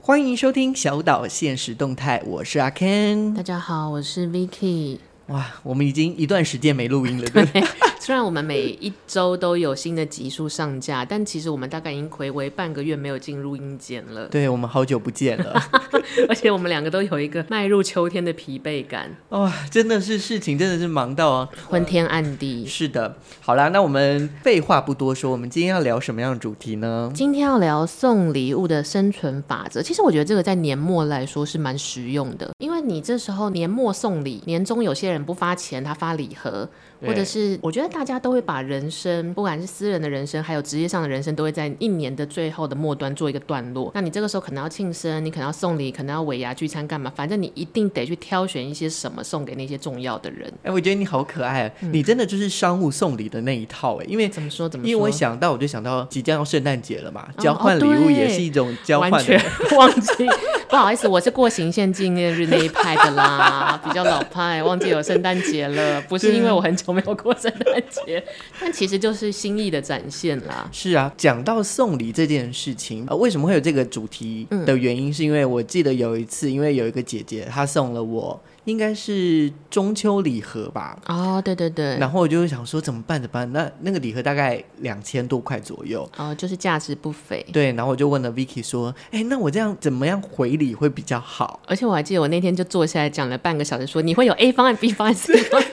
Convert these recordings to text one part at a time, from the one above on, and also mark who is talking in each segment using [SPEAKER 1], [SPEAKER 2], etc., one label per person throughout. [SPEAKER 1] 欢迎收听小岛现实动态，我是阿 Ken。
[SPEAKER 2] 大家好，我是 Vicky。啊
[SPEAKER 1] 哇，我们已经一段时间没录音了，对不 对？
[SPEAKER 2] 虽然我们每一周都有新的集数上架，但其实我们大概已经暌违半个月没有进录音间了，
[SPEAKER 1] 对，我们好久不见了。
[SPEAKER 2] 而且我们两个都有一个迈入秋天的疲惫感，
[SPEAKER 1] 哇、真的是事情真的是忙到啊。
[SPEAKER 2] 昏天暗地。
[SPEAKER 1] 是的，好啦，那我们废话不多说，我们今天要聊什么样的主题呢？
[SPEAKER 2] 今天要聊送礼物的生存法则，其实我觉得这个在年末来说是蛮实用的，因为你这时候年末送礼，年终有些人不发钱，他发礼盒，
[SPEAKER 1] 对
[SPEAKER 2] 或者是我觉得大家都会把人生，不管是私人的人生，还有职业上的人生，都会在一年的最后的末端做一个段落。那你这个时候可能要庆生，你可能要送礼，可能要尾牙聚餐干嘛，反正你一定得去挑选一些什么送给那些重要的人。
[SPEAKER 1] 哎，我觉得你好可爱啊、你真的就是商务送礼的那一套哎、因为。
[SPEAKER 2] 嗯怎么说？怎么说？
[SPEAKER 1] 因为我想到，我就想到即将要圣诞节了嘛，
[SPEAKER 2] 哦
[SPEAKER 1] 交换礼物
[SPEAKER 2] 对
[SPEAKER 1] 也是一种交换
[SPEAKER 2] 完
[SPEAKER 1] 的
[SPEAKER 2] 全忘记， 不好意思，我是过行宪纪念日那一派的啦， 比较老派，忘记有圣诞节了，不是因为我很久没有过圣诞节，但其实就是心意的展现啦。
[SPEAKER 1] 是啊，讲到送礼这件事情，呃，为什么会有这个主题
[SPEAKER 2] 嗯
[SPEAKER 1] 的原因，是因为我记得有一次，因为有一个姐姐她送了我，应该是中秋礼盒吧。
[SPEAKER 2] 哦，对对对，
[SPEAKER 1] 然后我就想说怎么办怎么办？那那个礼盒大概两千多块左右，
[SPEAKER 2] 哦，就是价值不菲。
[SPEAKER 1] 对。然后我就问了 Vicky 说：“哎，那我这样怎么样回礼会比较好
[SPEAKER 2] 而且我还记得我那天就坐下来讲了半个小时，说你会有 A 方案、B 方案、C 方 案，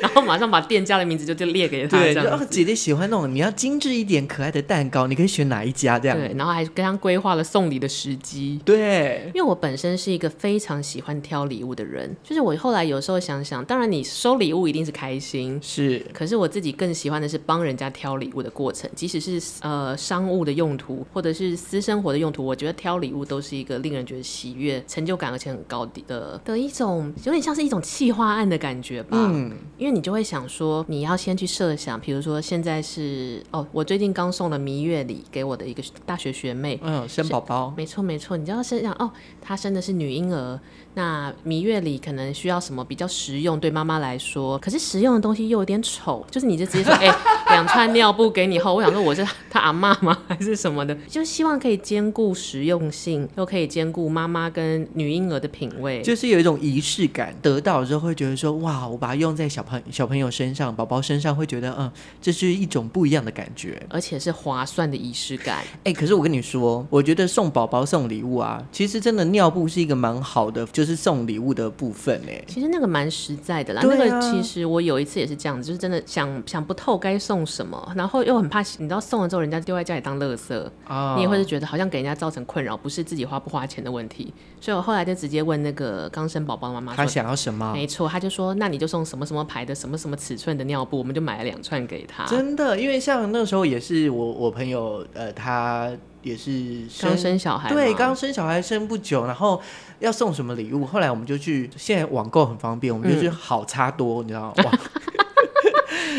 [SPEAKER 2] 然后马上把店家的名字就就列给？”他，
[SPEAKER 1] 对，
[SPEAKER 2] 这
[SPEAKER 1] 就
[SPEAKER 2] 样
[SPEAKER 1] 哦
[SPEAKER 2] 子。
[SPEAKER 1] 姐姐喜欢那种你要精致一点、可爱的蛋糕，你可以选哪一家这样？
[SPEAKER 2] 对，然后还跟他规划了送礼的时机。
[SPEAKER 1] 对，
[SPEAKER 2] 因为我本身是一个非常喜欢挑礼物的人，就是我后来有时候想想，当然你收礼物一定是开心，
[SPEAKER 1] 是。
[SPEAKER 2] 可是我自己更喜欢的是帮人家挑礼物的过程，即使是呃商务的用途或者是私生活的用途，我觉得挑礼物都是一个令人觉得喜悦、成就感而且很高的的一种，有点像是一种企划案的感觉吧。嗯，因为你就会想说，你要先去设想，比如说现在是哦，我最近刚送了蜜月礼给我的一个大学学妹，
[SPEAKER 1] 嗯，生宝宝，
[SPEAKER 2] 没错没错，你就要先想哦，她生的是女婴儿，那蜜月里可能需要什么比较实用，对妈妈来说，可是实用的东西又有点丑，就是你就直 接说，哎、两串尿布给你后，我想说我是她阿妈吗，还是什么的，就希望可以兼顾实用性，又可以兼顾妈妈跟女婴儿的品味。
[SPEAKER 1] 就是有一种仪式感，得到之后会觉得说，哇，我把它用在小朋小朋友身上、宝宝身上，会觉得，嗯，这是一种不一样的感觉。
[SPEAKER 2] 而且是划算的仪式 感，
[SPEAKER 1] 哎、可是我跟你说，我觉得送宝宝送礼物啊，其实真的尿布是一个蛮好的，就是送礼物的部分哎、
[SPEAKER 2] 其实那个蛮实在的啦。
[SPEAKER 1] 对啊
[SPEAKER 2] 那个其实我有一次也是这样子，就是真的想想不透该送什么，然后又很怕，你知道送了之后人家丢在家里当垃圾，
[SPEAKER 1] 啊
[SPEAKER 2] 你也会是觉得好像给人家造成困扰，不是自己花不花钱的问题。所以我后来就直接问那个刚生宝宝的妈妈
[SPEAKER 1] 他
[SPEAKER 2] 说。
[SPEAKER 1] 想要什么？
[SPEAKER 2] 没错，他就说，那你就送什么什么牌的什么什么尺寸的尿布，我们就买了两串给他。
[SPEAKER 1] 真的，因为像那时候也是我我朋友，呃，他也是
[SPEAKER 2] 刚生小孩吗，
[SPEAKER 1] 对，刚生小孩生不久，然后要送什么礼物？后来我们就去，现在网购很方便，我们就去好差多，你知 道哇，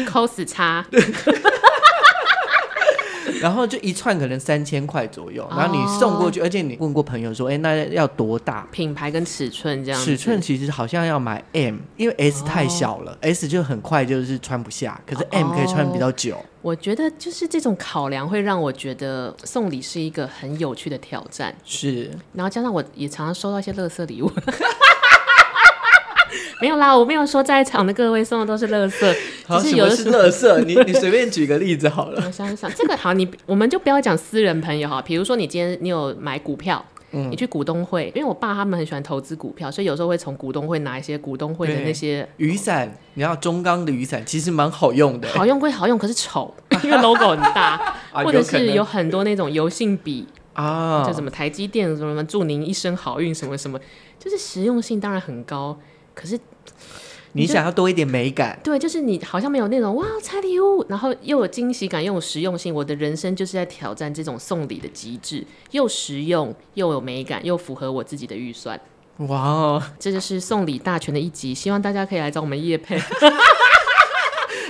[SPEAKER 2] cos 差，
[SPEAKER 1] 然后就一串可能三千块左右，然后你送
[SPEAKER 2] 哦
[SPEAKER 1] 过去，而且你问过朋友说，哎、那要多大？
[SPEAKER 2] 品牌跟尺寸这样子。哦
[SPEAKER 1] 尺寸其实好像要买 M，因为 S 太小了、s 就很快就是穿不下，可是 M 可以穿比较久。
[SPEAKER 2] 我觉得就是这种考量会让我觉得送礼是一个很有趣的挑战。
[SPEAKER 1] 是，
[SPEAKER 2] 然后加上我也常常收到一些垃圾礼物。 没有啦，我没有说在场的各位送的都是垃圾，
[SPEAKER 1] 好，什
[SPEAKER 2] 只是有
[SPEAKER 1] 么
[SPEAKER 2] 的时候。
[SPEAKER 1] 是垃圾？ 你你随便举个例子好了。
[SPEAKER 2] 我想一想，这个好，你我们就不要讲私人朋友哈。比如说，你今天你有买股票，
[SPEAKER 1] 嗯
[SPEAKER 2] 你去股东会，因为我爸他们很喜欢投资股票，所以有时候会从股东会拿一些股东会的
[SPEAKER 1] 对
[SPEAKER 2] 那些
[SPEAKER 1] 雨伞，你要中钢的雨伞，其实蛮好用的、
[SPEAKER 2] 好用归好用，可是丑，因为 logo 很大，
[SPEAKER 1] 啊，
[SPEAKER 2] 或者
[SPEAKER 1] 有可
[SPEAKER 2] 是
[SPEAKER 1] 能
[SPEAKER 2] 有很多那种油性笔，
[SPEAKER 1] 啊，
[SPEAKER 2] 就什么台积电什么什么祝您一生好运什么什么，就是实用性当然很高，可是
[SPEAKER 1] 你想要多一点美感，
[SPEAKER 2] 对，就是你好像没有那种哇拆礼物，然后又有惊喜感，又有实用性。我的人生就是在挑战这种送礼的极致，又实用又有美感，又符合我自己的预算。
[SPEAKER 1] 哇哦，
[SPEAKER 2] 这就是送礼大全的一集，希望大家可以来找我们叶配。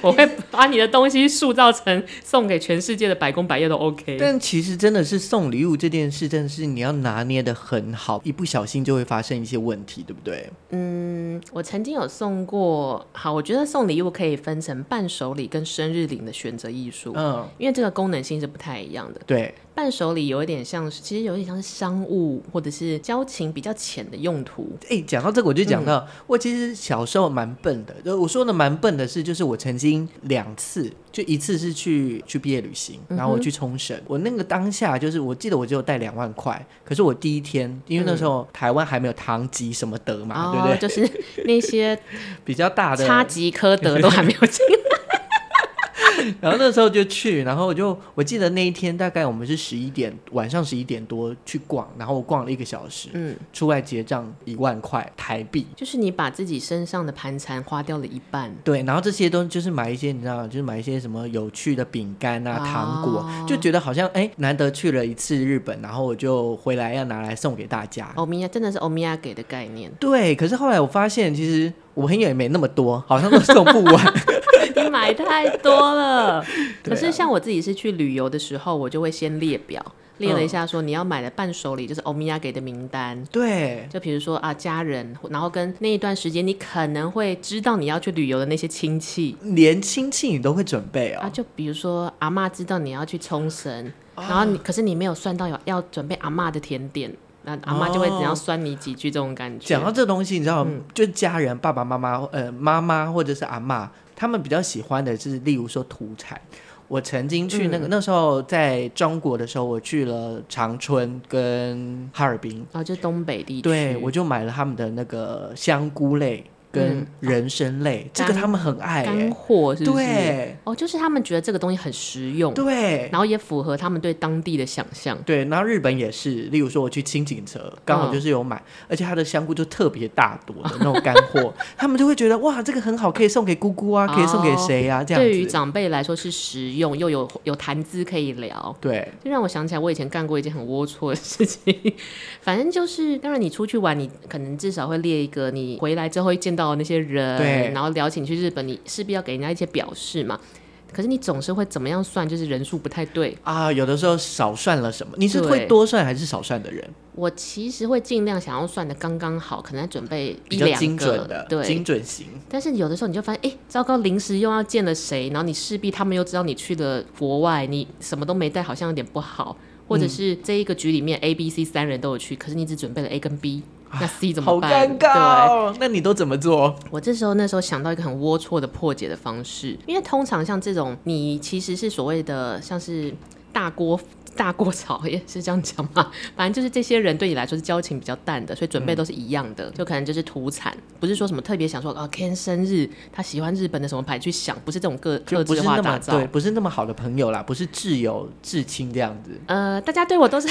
[SPEAKER 2] 我会把你的东西塑造成送给全世界的百工百业都 OK。
[SPEAKER 1] 但其实真的是送礼物这件事，真的是你要拿捏的很好，一不小心就会发生一些问题，对不对？
[SPEAKER 2] 嗯，我曾经有送过，好，我觉得送礼物可以分成伴手礼跟生日礼的选择艺术，
[SPEAKER 1] 嗯，
[SPEAKER 2] 因为这个功能性是不太一样的。
[SPEAKER 1] 对，
[SPEAKER 2] 伴手礼有一点像是，其实有点像是商务或者是交情比较浅的用途。
[SPEAKER 1] 哎，讲到这个，我就讲到、
[SPEAKER 2] 嗯
[SPEAKER 1] 我其实小时候蛮笨的。就我说的蛮笨的是，就是我曾经两次，就一次是去去毕业旅行，然
[SPEAKER 2] 嗯
[SPEAKER 1] 后我去冲绳。我那个当下就是，我记得我只有带两万块，可是我第一天，因为那时候台湾还没有唐吉什么德嘛，啊对不对？
[SPEAKER 2] 嗯哦就是那 些
[SPEAKER 1] 比较大的
[SPEAKER 2] 差级科德都还没有进。
[SPEAKER 1] 然后那时候就去，然后我就我记得那一天大概我们是十一点晚上十一点多去逛，然后我逛了一个小时，
[SPEAKER 2] 嗯，
[SPEAKER 1] 出来结账一万块台币。
[SPEAKER 2] 就是你把自己身上的盘缠花掉了一 半，
[SPEAKER 1] 对，然后这些都就是买一些你知道，就是买一些什么有趣的饼干啊、糖果，
[SPEAKER 2] 哦
[SPEAKER 1] 就觉得好像哎难得去了一次日本，然后我就回来要拿来送给大家。。
[SPEAKER 2] 欧哦米亚真的是欧米亚给的概念
[SPEAKER 1] 对，可是后来我发现其实我朋友也没那么多，好像都送不完。
[SPEAKER 2] 你买太多了。
[SPEAKER 1] 对啊
[SPEAKER 2] 可是像我自己是去旅游的时候，我就会先列表，列了一下说你要买的伴手礼就是欧哦米亚给的名单。
[SPEAKER 1] 对，
[SPEAKER 2] 就比如说啊，家人，然后跟那一段时间你可能会知道你要去旅游的那些亲戚
[SPEAKER 1] 连亲戚你都会准备哦。
[SPEAKER 2] 啊，就比如说阿嬷知道你要去冲绳，然后你可是你没有算到有要准备阿嬷的甜点，那阿嬷就会
[SPEAKER 1] 哦
[SPEAKER 2] 怎样酸你几句这种感觉。
[SPEAKER 1] 讲到这东西，你知道，
[SPEAKER 2] 嗯
[SPEAKER 1] 就家人、爸爸妈妈、呃，妈妈或者是阿嬷，他们比较喜欢的是，例如说土产。我曾经去
[SPEAKER 2] 嗯
[SPEAKER 1] 那个、那时候在中国的时候，我去了长春跟哈尔滨，
[SPEAKER 2] 哦，就是东北地区，
[SPEAKER 1] 对我就买了他们的那个香菇类跟人参类，这个
[SPEAKER 2] 嗯干
[SPEAKER 1] 他们很爱、
[SPEAKER 2] 干
[SPEAKER 1] 欸，
[SPEAKER 2] 货是不是？
[SPEAKER 1] 对
[SPEAKER 2] 哦，就是他们觉得这个东西很实用，
[SPEAKER 1] 对
[SPEAKER 2] 然后也符合他们对当地的想象。
[SPEAKER 1] 对，然后日本也是，例如说我去清景泽，刚
[SPEAKER 2] 嗯
[SPEAKER 1] 好就是有买，而且它的香菇就特别大朵的那种干 货，他们就会觉得哇，这个很好，可以送给姑姑啊，可以送给谁啊，这样
[SPEAKER 2] 哦对于
[SPEAKER 1] 子。
[SPEAKER 2] 长辈来说是实用，又有有谈资可以聊。
[SPEAKER 1] 对，
[SPEAKER 2] 就让我想起来，我以前干过一件很龌龊的事情。 反正就是，当然你出去玩，你可能至少会列一个你回来之后会见到的那些
[SPEAKER 1] 对
[SPEAKER 2] 人，然后聊起你去日本，你势必要给人家一些表示嘛。可是你总是会怎么样算，就是人数不太对。
[SPEAKER 1] 啊，有的时候少算了什么？你是会
[SPEAKER 2] 对
[SPEAKER 1] 多算还是少算的人？
[SPEAKER 2] 我其实会尽量想要算的刚刚好，可能准备
[SPEAKER 1] 比
[SPEAKER 2] 一
[SPEAKER 1] 较
[SPEAKER 2] 两个，
[SPEAKER 1] 精准的，
[SPEAKER 2] 对
[SPEAKER 1] 精。准型。
[SPEAKER 2] 但是有的时候你就发现，哎、糟糕，临时又要见了谁，然后你势必他们又知道你去了国外，你什么都没带，好像有点不好。或者
[SPEAKER 1] 嗯
[SPEAKER 2] 是这一个局里面 A、B、C 三人都有去，可是你只准备了 A 跟 B，那 C 怎
[SPEAKER 1] 好
[SPEAKER 2] 么
[SPEAKER 1] 尴
[SPEAKER 2] 办？
[SPEAKER 1] 尬哦！那你都怎么做？
[SPEAKER 2] 对，我这时候那时候想到一个很龌龊的破解的方式，因为通常像这种，你其实是所谓的像是大锅。 大锅炒也是这样讲嘛，反正就是这些人对你来说是交情比较淡的，所以准备都是一样的，就可能就是土产，不是说什么特别想说啊，今天生日他喜欢日本的什么牌去想，不是这种个
[SPEAKER 1] 就
[SPEAKER 2] 克
[SPEAKER 1] 不
[SPEAKER 2] 制
[SPEAKER 1] 是
[SPEAKER 2] 化
[SPEAKER 1] 那么
[SPEAKER 2] 打造
[SPEAKER 1] 对，。不是那么好的朋友啦，不是挚友、至亲这样子。
[SPEAKER 2] 呃，大家对我 都是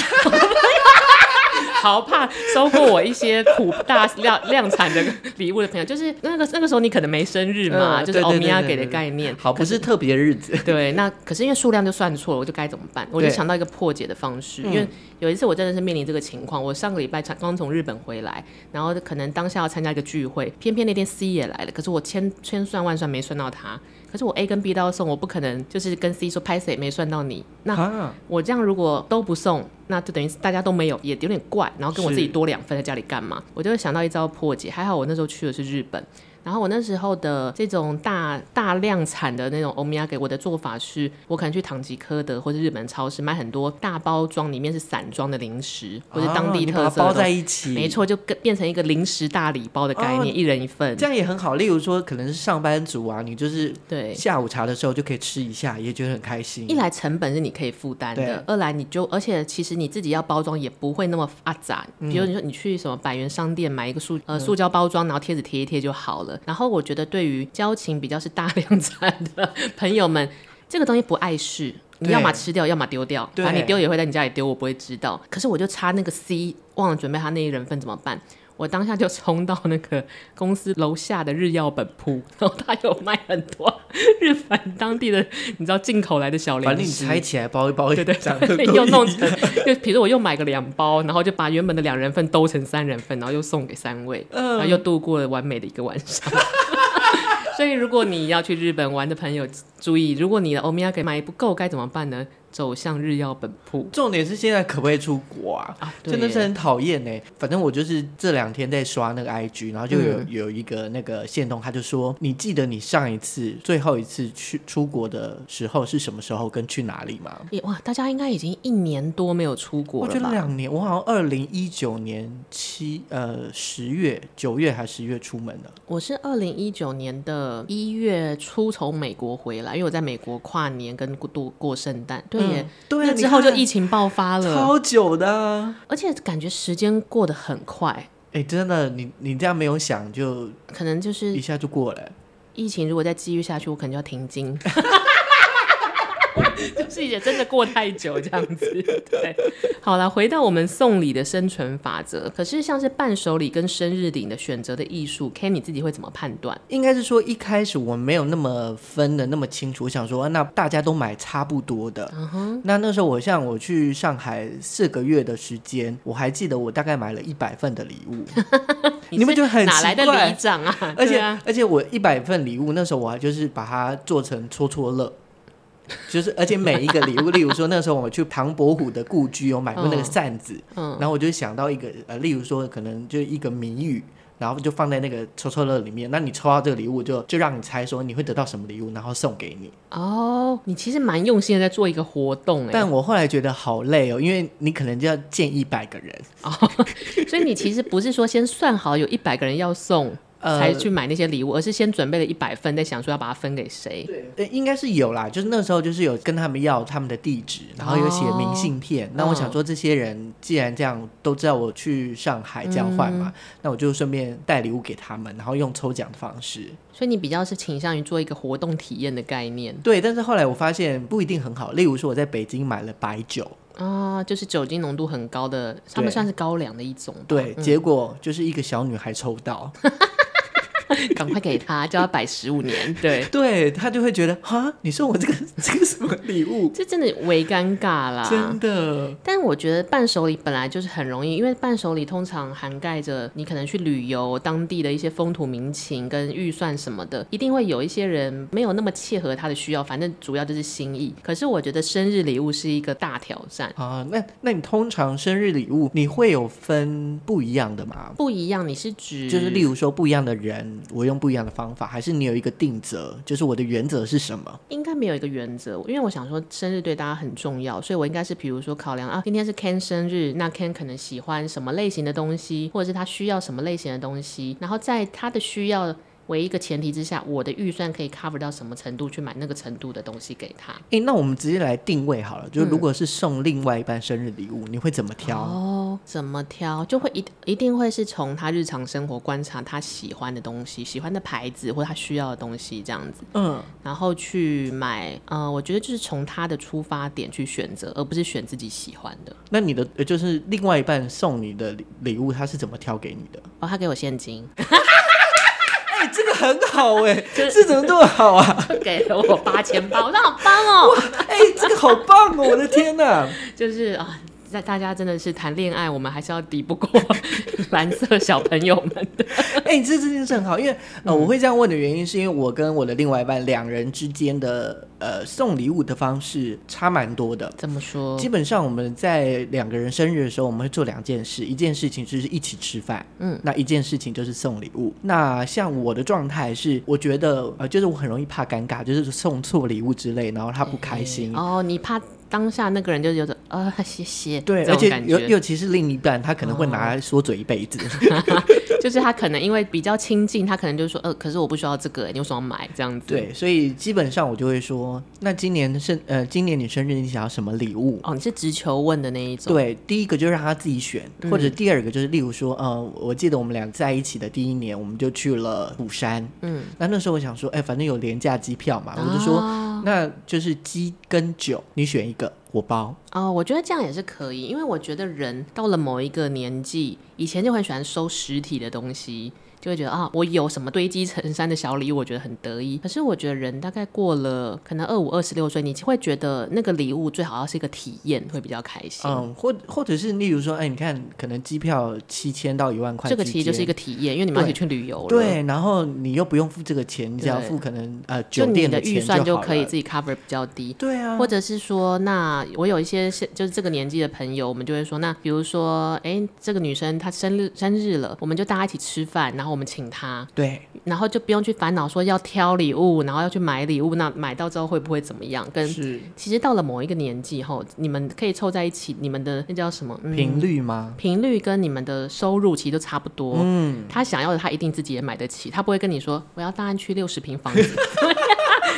[SPEAKER 2] 好怕收获我一些苦大量量产的礼物的朋友，就是那个那个时候你可能没生日嘛，
[SPEAKER 1] 嗯
[SPEAKER 2] 就是
[SPEAKER 1] 对对
[SPEAKER 2] 欧
[SPEAKER 1] 对
[SPEAKER 2] 米亚
[SPEAKER 1] 对
[SPEAKER 2] 给的
[SPEAKER 1] 对
[SPEAKER 2] 概念。
[SPEAKER 1] 好，不是特别日子。
[SPEAKER 2] 对，那可是因为数量就算错了，我就该怎么办？我就
[SPEAKER 1] 对
[SPEAKER 2] 想到一个破解的方式，
[SPEAKER 1] 嗯
[SPEAKER 2] 因为有一次我真的是面临这个情况，我上个礼拜才刚从日本回来，然后可能当下要参加一个聚会，偏偏那天 C 也来了，可是我千千算万算没算到他，可是我 A 跟 B 都要送，我不可能就是跟 C 说拍谁没算到你，那
[SPEAKER 1] 啊，
[SPEAKER 2] 我这样如果都不送，那就等于大家都没有，也有点怪。然后跟我
[SPEAKER 1] 是
[SPEAKER 2] 自己多两份在家里干嘛？我就会想到一招破解。还好我那时候去的是日本，然后我那时候的这种大大量产的那种欧米亚给我的做法是，我可能去唐吉诃德或是日本超市买很多大包装，里面是散装的零食或者当
[SPEAKER 1] 啊
[SPEAKER 2] 地
[SPEAKER 1] 你把它
[SPEAKER 2] 特色的东
[SPEAKER 1] 包
[SPEAKER 2] 西、
[SPEAKER 1] 在一起，
[SPEAKER 2] 没错，就跟变成一个零食大礼包的概
[SPEAKER 1] 哦
[SPEAKER 2] 念，一人一份。
[SPEAKER 1] 这样也很好。例如说，可能是上班族啊，你就是
[SPEAKER 2] 对，
[SPEAKER 1] 下午茶的时候就可以吃一下，也觉得很开心
[SPEAKER 2] 一。来成本是你可以负担的
[SPEAKER 1] 对，
[SPEAKER 2] 二来你就而且其实你自己要包装也不会那么阿杂。
[SPEAKER 1] 嗯
[SPEAKER 2] 比如你说你去什么百元商店买一个塑呃塑胶包装，然后贴纸贴一贴就好了。然后我觉得对于交情比较是大量产的朋友们，这个东西不碍事。你
[SPEAKER 1] 对
[SPEAKER 2] 要么吃掉，要么丢掉，
[SPEAKER 1] 对
[SPEAKER 2] 反正你丢也会在你家里丢，我不会知道。可是我就差那个 C，忘了准备他那一人份怎么办？我当下就冲到那个公司楼下的日药本铺， 然后他有卖很多日本当地的，你知道进口来的小
[SPEAKER 1] 反正
[SPEAKER 2] 零
[SPEAKER 1] 哦你
[SPEAKER 2] 食，
[SPEAKER 1] 拆起来包一包，
[SPEAKER 2] 对对
[SPEAKER 1] 长 得都
[SPEAKER 2] 又弄
[SPEAKER 1] 一样
[SPEAKER 2] 成，就比如说我又买个两包，然后就把原本的两人份兜成三人份，然后又送给三位，
[SPEAKER 1] 嗯
[SPEAKER 2] 然后又度过了完美的一个晚上。 所以，如果你要去日本玩的朋友，注意，如果你的欧米亚给买不够，该怎么办呢？走向日曜本铺。
[SPEAKER 1] 重点是现在可不可以出国啊？
[SPEAKER 2] 啊，对
[SPEAKER 1] 真的是
[SPEAKER 2] 耶
[SPEAKER 1] 很讨厌呢。反正我就是这两天在刷那个 IG，然后就有、
[SPEAKER 2] 嗯
[SPEAKER 1] 有一个那个线动，他就说：“你记得你上一次最后一次去出国的时候是什么时候，跟去哪里吗
[SPEAKER 2] 也哇，大家应该已经一年多没有出？”国
[SPEAKER 1] 我
[SPEAKER 2] 了
[SPEAKER 1] 觉得
[SPEAKER 2] 吧？
[SPEAKER 1] 两年，我好像二零一九年七呃十月九月还十月出门的，
[SPEAKER 2] 我是二零一九年的一月初从美国回来，因为我在美国跨年跟过度过圣诞。对耶，
[SPEAKER 1] 嗯对啊
[SPEAKER 2] 那之后就
[SPEAKER 1] 你看
[SPEAKER 2] 疫情爆发了，
[SPEAKER 1] 超久的、啊。
[SPEAKER 2] 而且感觉时间过得很快，
[SPEAKER 1] 哎、真的，你你这样没有想，就
[SPEAKER 2] 可能就
[SPEAKER 1] 一
[SPEAKER 2] 是
[SPEAKER 1] 下就过了、
[SPEAKER 2] 疫情如果再继续下去，我可能就要停经。 就是也真的过太久这样子，对。好了，回到我们送礼的生存法则。可是像是伴手礼跟生日礼的选择的艺术，K 你自己会怎么判断？
[SPEAKER 1] 应该是说一开始我没有那么分的那么清楚，我想说、啊那大家都买差不多的。
[SPEAKER 2] 嗯
[SPEAKER 1] 那那时候我像我去上海四个月的时间，我还记得我大概买了一百份的礼 物，你们
[SPEAKER 2] 是
[SPEAKER 1] 就很
[SPEAKER 2] 哪来的
[SPEAKER 1] 奇怪
[SPEAKER 2] 里长啊？
[SPEAKER 1] 而
[SPEAKER 2] 对
[SPEAKER 1] 且、
[SPEAKER 2] 啊，
[SPEAKER 1] 而且我一百份礼物那时候我还就是把它做成戳戳乐。就是，而且每一个礼物，例如说那时候我去唐伯虎的故居，有买过那个
[SPEAKER 2] 嗯
[SPEAKER 1] 扇子，
[SPEAKER 2] 嗯，
[SPEAKER 1] 然后我就想到一个呃，例如说可能就一个谜语，然后就放在那个抽抽乐里面。那你抽到这个礼物就，就让你猜说你会得到什么礼物，然后送给你。
[SPEAKER 2] 哦，你其实蛮用心的在做一个活动哎
[SPEAKER 1] 但，我后来觉得好累哦，因为你可能就要见一百个人，
[SPEAKER 2] 所以你其实不是说先算好有一百个人要送。
[SPEAKER 1] 呃
[SPEAKER 2] 才去买那些礼物，而是先准备了一百份，再想说要把它分给谁。
[SPEAKER 1] 呃，应该是有啦，就是那时候就是有跟他们要他们的地址，然后有写明信片。那我想说，这些人既然这样都知道我去上海交换嘛，那我就顺便带礼物给他们，然后用抽奖的方式。
[SPEAKER 2] 所以你比较是倾向于做一个活动体验的概念
[SPEAKER 1] 对，但是后来我发现不一定很好。例如说，我在北京买了白酒，
[SPEAKER 2] 啊，就是酒精浓度很高的，他们
[SPEAKER 1] 对
[SPEAKER 2] 算是高粱的一种吧。
[SPEAKER 1] 对，结果就是一个小女孩抽到，
[SPEAKER 2] 赶快给他，叫他摆十五年。对，
[SPEAKER 1] 对她就会觉得哈，你送我这个 这个什么礼物？
[SPEAKER 2] 这真的为尴尬啦。
[SPEAKER 1] 真的，
[SPEAKER 2] 但我觉得伴手礼本来就是很容易，因为伴手礼通常涵盖着你可能去旅游当地的一些风土民情跟预算什么的，一定会有一些人没有那么切合他的需要，反正主要就是心意。可是我觉得生日礼物是一个大挑战。
[SPEAKER 1] 啊，那那你通常生日礼物你会有分不一样的吗？
[SPEAKER 2] 不一样，你是指
[SPEAKER 1] 就是例如说不一样的人，我用不一样的方法，还是你有一个定则，就是我的原则是什么？
[SPEAKER 2] 应该没有一个原则，因为我想说生日对大家很重要，所以我应该是比如说考量啊，今天是 Ken 生日，那 Ken 可能喜欢什么类型的东西，或者是他需要什么类型的东西，然后在他的需要为一个前提之下，我的预算可以 cover 到什么程度去买那个程度的东西给他。
[SPEAKER 1] 诶，那我们直接来定位好了，就是如果是送另外一半生日礼物，你会怎么挑？
[SPEAKER 2] 哦，怎么挑就会一一定会是从他日常生活观察他喜欢的东西、喜欢的牌子或他需要的东西这样子。
[SPEAKER 1] 嗯，
[SPEAKER 2] 然后去买，呃，我觉得就是从他的出发点去选择，而不是选自己喜欢的。
[SPEAKER 1] 那你的呃就是另外一半送你的礼礼物，他是怎么挑给你的？
[SPEAKER 2] 哦，他给我现金，
[SPEAKER 1] 哎、这个很好哎、 这怎么这么好啊？
[SPEAKER 2] 就 给了我八千八，我说好棒哦！
[SPEAKER 1] 哎、这个好棒哦！我的天哪、
[SPEAKER 2] 就是啊，在大家真的是谈恋爱，我们还是要抵不过 蓝色小朋友们的。
[SPEAKER 1] 哎、你这这件事很好，因为呃，我会这样问的原因，是因为我跟我的另外一半两人之间的呃送礼物的方式差蛮多的。
[SPEAKER 2] 怎么说
[SPEAKER 1] 基？本上我们在两个人生日的时候，我们会做两件事，一件事情就是一起吃饭，
[SPEAKER 2] 嗯，
[SPEAKER 1] 那一件事情就是送礼物。那像我的状态是，我觉得呃，就是我很容易怕尴尬，就是送错礼物之类，然后他不开心。
[SPEAKER 2] 哦，你怕当下那个人就有种啊、谢谢，
[SPEAKER 1] 对，
[SPEAKER 2] 这
[SPEAKER 1] 而
[SPEAKER 2] 种
[SPEAKER 1] 且
[SPEAKER 2] 感
[SPEAKER 1] 尤
[SPEAKER 2] 觉，哦
[SPEAKER 1] 尤其是另一半，他可能会拿来说嘴一辈子。
[SPEAKER 2] 就是他可能因为比较亲近，他可能就说，呃，可是我不需要这个，你为什么要买这样子？，
[SPEAKER 1] 对，所以基本上我就会说，那今年生呃，今年你生日你想要什么礼物？
[SPEAKER 2] 哦，你是直球问的那一种，
[SPEAKER 1] 对，第一个就让他自己选，
[SPEAKER 2] 嗯
[SPEAKER 1] 或者第二个就是，例如说，呃，我记得我们俩在一起的第一年，我们就去了釜山。
[SPEAKER 2] 嗯，
[SPEAKER 1] 那那时候我想说，哎、反正有廉价机票嘛，我就说，
[SPEAKER 2] 啊
[SPEAKER 1] 那就是鸡跟酒，你选一个，我包。
[SPEAKER 2] 哦，我觉得这样也是可以，因为我觉得人到了某一个年纪，以前就很喜欢收实体的东西，就会觉得啊，我有什么堆积成山的小礼物，我觉得很得意。可是我觉得人大概过了可能二五二十六岁，你会觉得那个礼物最好要是一个体验，会比较开心。
[SPEAKER 1] 嗯，或或者是例如说，哎，你看，可能机票七千到一万块
[SPEAKER 2] 这
[SPEAKER 1] 之
[SPEAKER 2] 个
[SPEAKER 1] 间，
[SPEAKER 2] 其实就是一个体验，因为你们要一起去旅游了。
[SPEAKER 1] 对，然后你又不用付这个钱，你只要
[SPEAKER 2] 对
[SPEAKER 1] 付可能呃
[SPEAKER 2] 就
[SPEAKER 1] 酒
[SPEAKER 2] 你
[SPEAKER 1] 店
[SPEAKER 2] 的
[SPEAKER 1] 钱
[SPEAKER 2] 预算
[SPEAKER 1] 就好
[SPEAKER 2] 可以
[SPEAKER 1] 了
[SPEAKER 2] 自己 cover 比较低。
[SPEAKER 1] 对啊，
[SPEAKER 2] 或者是说，那
[SPEAKER 1] 嗯
[SPEAKER 2] 我有一些是就是这个年纪的朋友，我们就会说，那比如说，哎，这个女生她生日生日了，我们就大家一起吃饭，然后我们请她，
[SPEAKER 1] 对
[SPEAKER 2] 然后就不用去烦恼说要挑礼物，然后要去买礼物，那买到之后会不会怎么样？跟
[SPEAKER 1] 是
[SPEAKER 2] 其实到了某一个年纪后，你们可以凑在一起，你们的那叫什么、嗯
[SPEAKER 1] 频率吗？
[SPEAKER 2] 频率跟你们的收入其实都差不多。嗯，他想要的他一定自己也买得起，他不会跟你说我要大安区六十平房子。